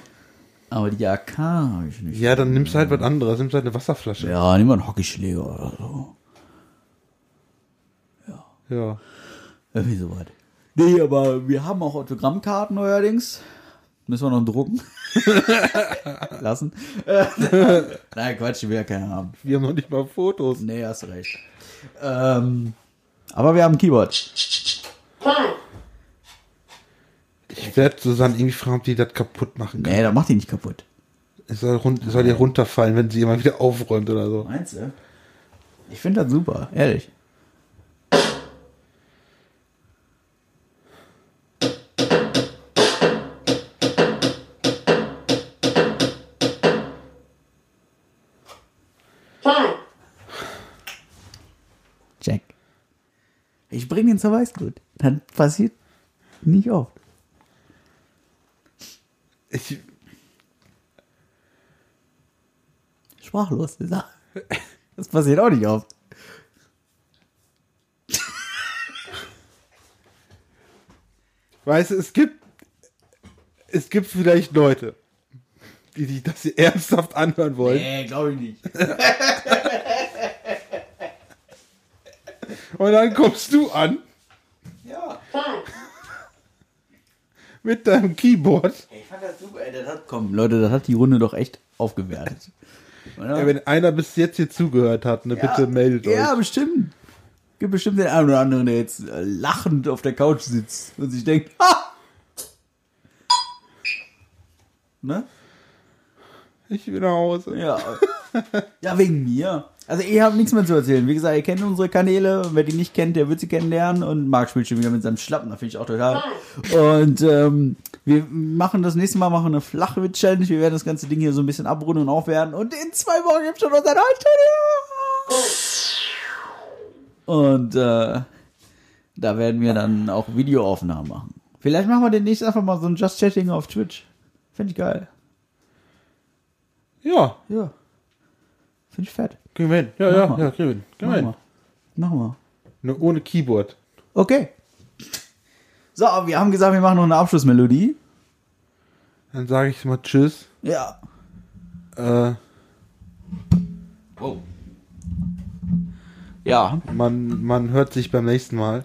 aber die AK habe ich nicht. Ja, dann nimmst du halt was anderes, nimmst halt eine Wasserflasche. Ja, nimm mal einen Hockeyschläger oder so. Ja. Irgendwie soweit. Nee, aber wir haben auch Autogrammkarten neuerdings. Müssen wir noch drucken. Lassen. Äh, Nein, Quatsch, ich will ja keine haben. Wir haben noch nicht mal Fotos. Nee, hast recht. Ähm, aber wir haben ein Keyboard. five, Ich werde Susanne irgendwie fragen, ob die das kaputt machen kann. Nee, da macht die nicht kaputt. Es soll, rund, es soll ihr runterfallen, wenn sie jemand wieder aufräumt oder so. Meinst du? Ich finde das super, ehrlich. five, Check. Ich bringe den zur Weißglut. Dann passiert nicht oft. Ich, Sprachlos ist er. Das passiert auch nicht oft. weißt du, es gibt, es gibt vielleicht Leute, die sich das hier ernsthaft anhören wollen. Nee, glaube ich nicht. Und dann kommst du an Ja. five, mit deinem Keyboard. Ich fand das super, ey. Das hat, komm, Leute, das hat die Runde doch echt aufgewertet. Oder? Ja, wenn einer bis jetzt hier zugehört hat, ne, bitte meldet Ja, euch. bestimmt. Gibt bestimmt den einen oder anderen, der jetzt äh, lachend auf der Couch sitzt und sich denkt, ha! Ne? Ich will nach Hause. Ja. ja, wegen mir. Also ihr habt nichts mehr zu erzählen. Wie gesagt, ihr kennt unsere Kanäle. Wer die nicht kennt, der wird sie kennenlernen. Und Marc spielt schon wieder mit seinem Schlappen. Da finde ich auch total. Und ähm, wir machen das nächste Mal machen eine Flachwitz-Challenge. Wir werden das ganze Ding hier so ein bisschen abrunden und aufwerten. Und in zwei Wochen gibt schon unser neues Studio. Und äh, da werden wir dann auch Videoaufnahmen machen. Vielleicht machen wir demnächst einfach mal so ein Just Chatting auf Twitch. Finde ich geil. Ja, Ja. Finde ich fett. Kriegen wir hin. Ja, Mach ja, mal. ja, kriegen wir hin. Kriegen Mach wir hin. mal. Mach mal. Nur ohne Keyboard. Okay. So, wir haben gesagt, wir machen noch eine Abschlussmelodie. Dann sage ich mal Tschüss. Ja. Äh, Ja. man, man hört sich beim nächsten Mal.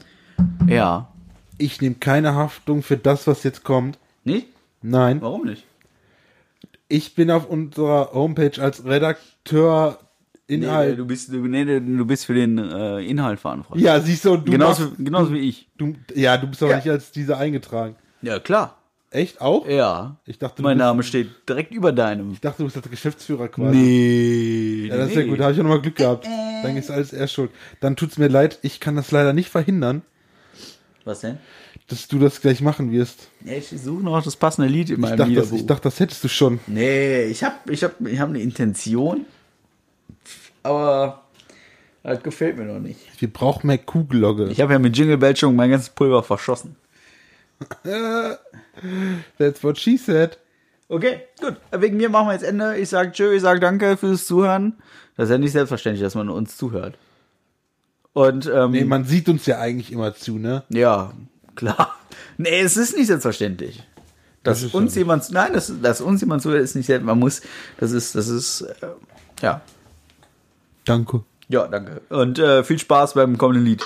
Ja. Ich nehme keine Haftung für das, was jetzt kommt. Nicht? Nein. Warum nicht? Ich bin auf unserer Homepage als Redakteur Nee, Inhalt. du, bist, du, nee, du bist für den äh, Inhalt verantwortlich. ja, siehst du, du, genauso, machst, genauso wie ich. du Ja, du bist aber Ja. nicht als dieser eingetragen. Ja, klar. Echt auch? Ja. Ich dachte, du mein bist- Name steht direkt über deinem. Ich dachte, du bist als Geschäftsführer quasi. Nee. Ja, das ist ja gut, da habe ich ja nochmal Glück gehabt. Dann ist alles erst schuld. Dann tut's mir leid, ich kann das leider nicht verhindern, Was denn? dass du das gleich machen wirst. Ja, ich suche noch das passende Lied in Ich meinem dachte, das, Liederbuch. ich dachte, das hättest du schon. nee, ich habe ich hab, ich hab eine Intention, aber das gefällt mir noch nicht. Wir brauchen mehr Kugellogge. Ich habe ja mit Jingle Bell schon mein ganzes Pulver verschossen. That's what she said. Okay, gut. Wegen mir machen wir jetzt Ende. Ich sage tschö, ich sage danke fürs Zuhören. Das ist ja nicht selbstverständlich, dass man uns zuhört. Und ähm, Nee, man sieht uns ja eigentlich immer zu, ne? ja, klar. Nee, es ist nicht selbstverständlich. Dass Das ist uns ja jemand, nein, dass, dass uns jemand zuhört, ist nicht selbst. Man muss, das ist, das ist, äh, ja, Danke. ja, danke. Und äh, viel Spaß beim kommenden Lied.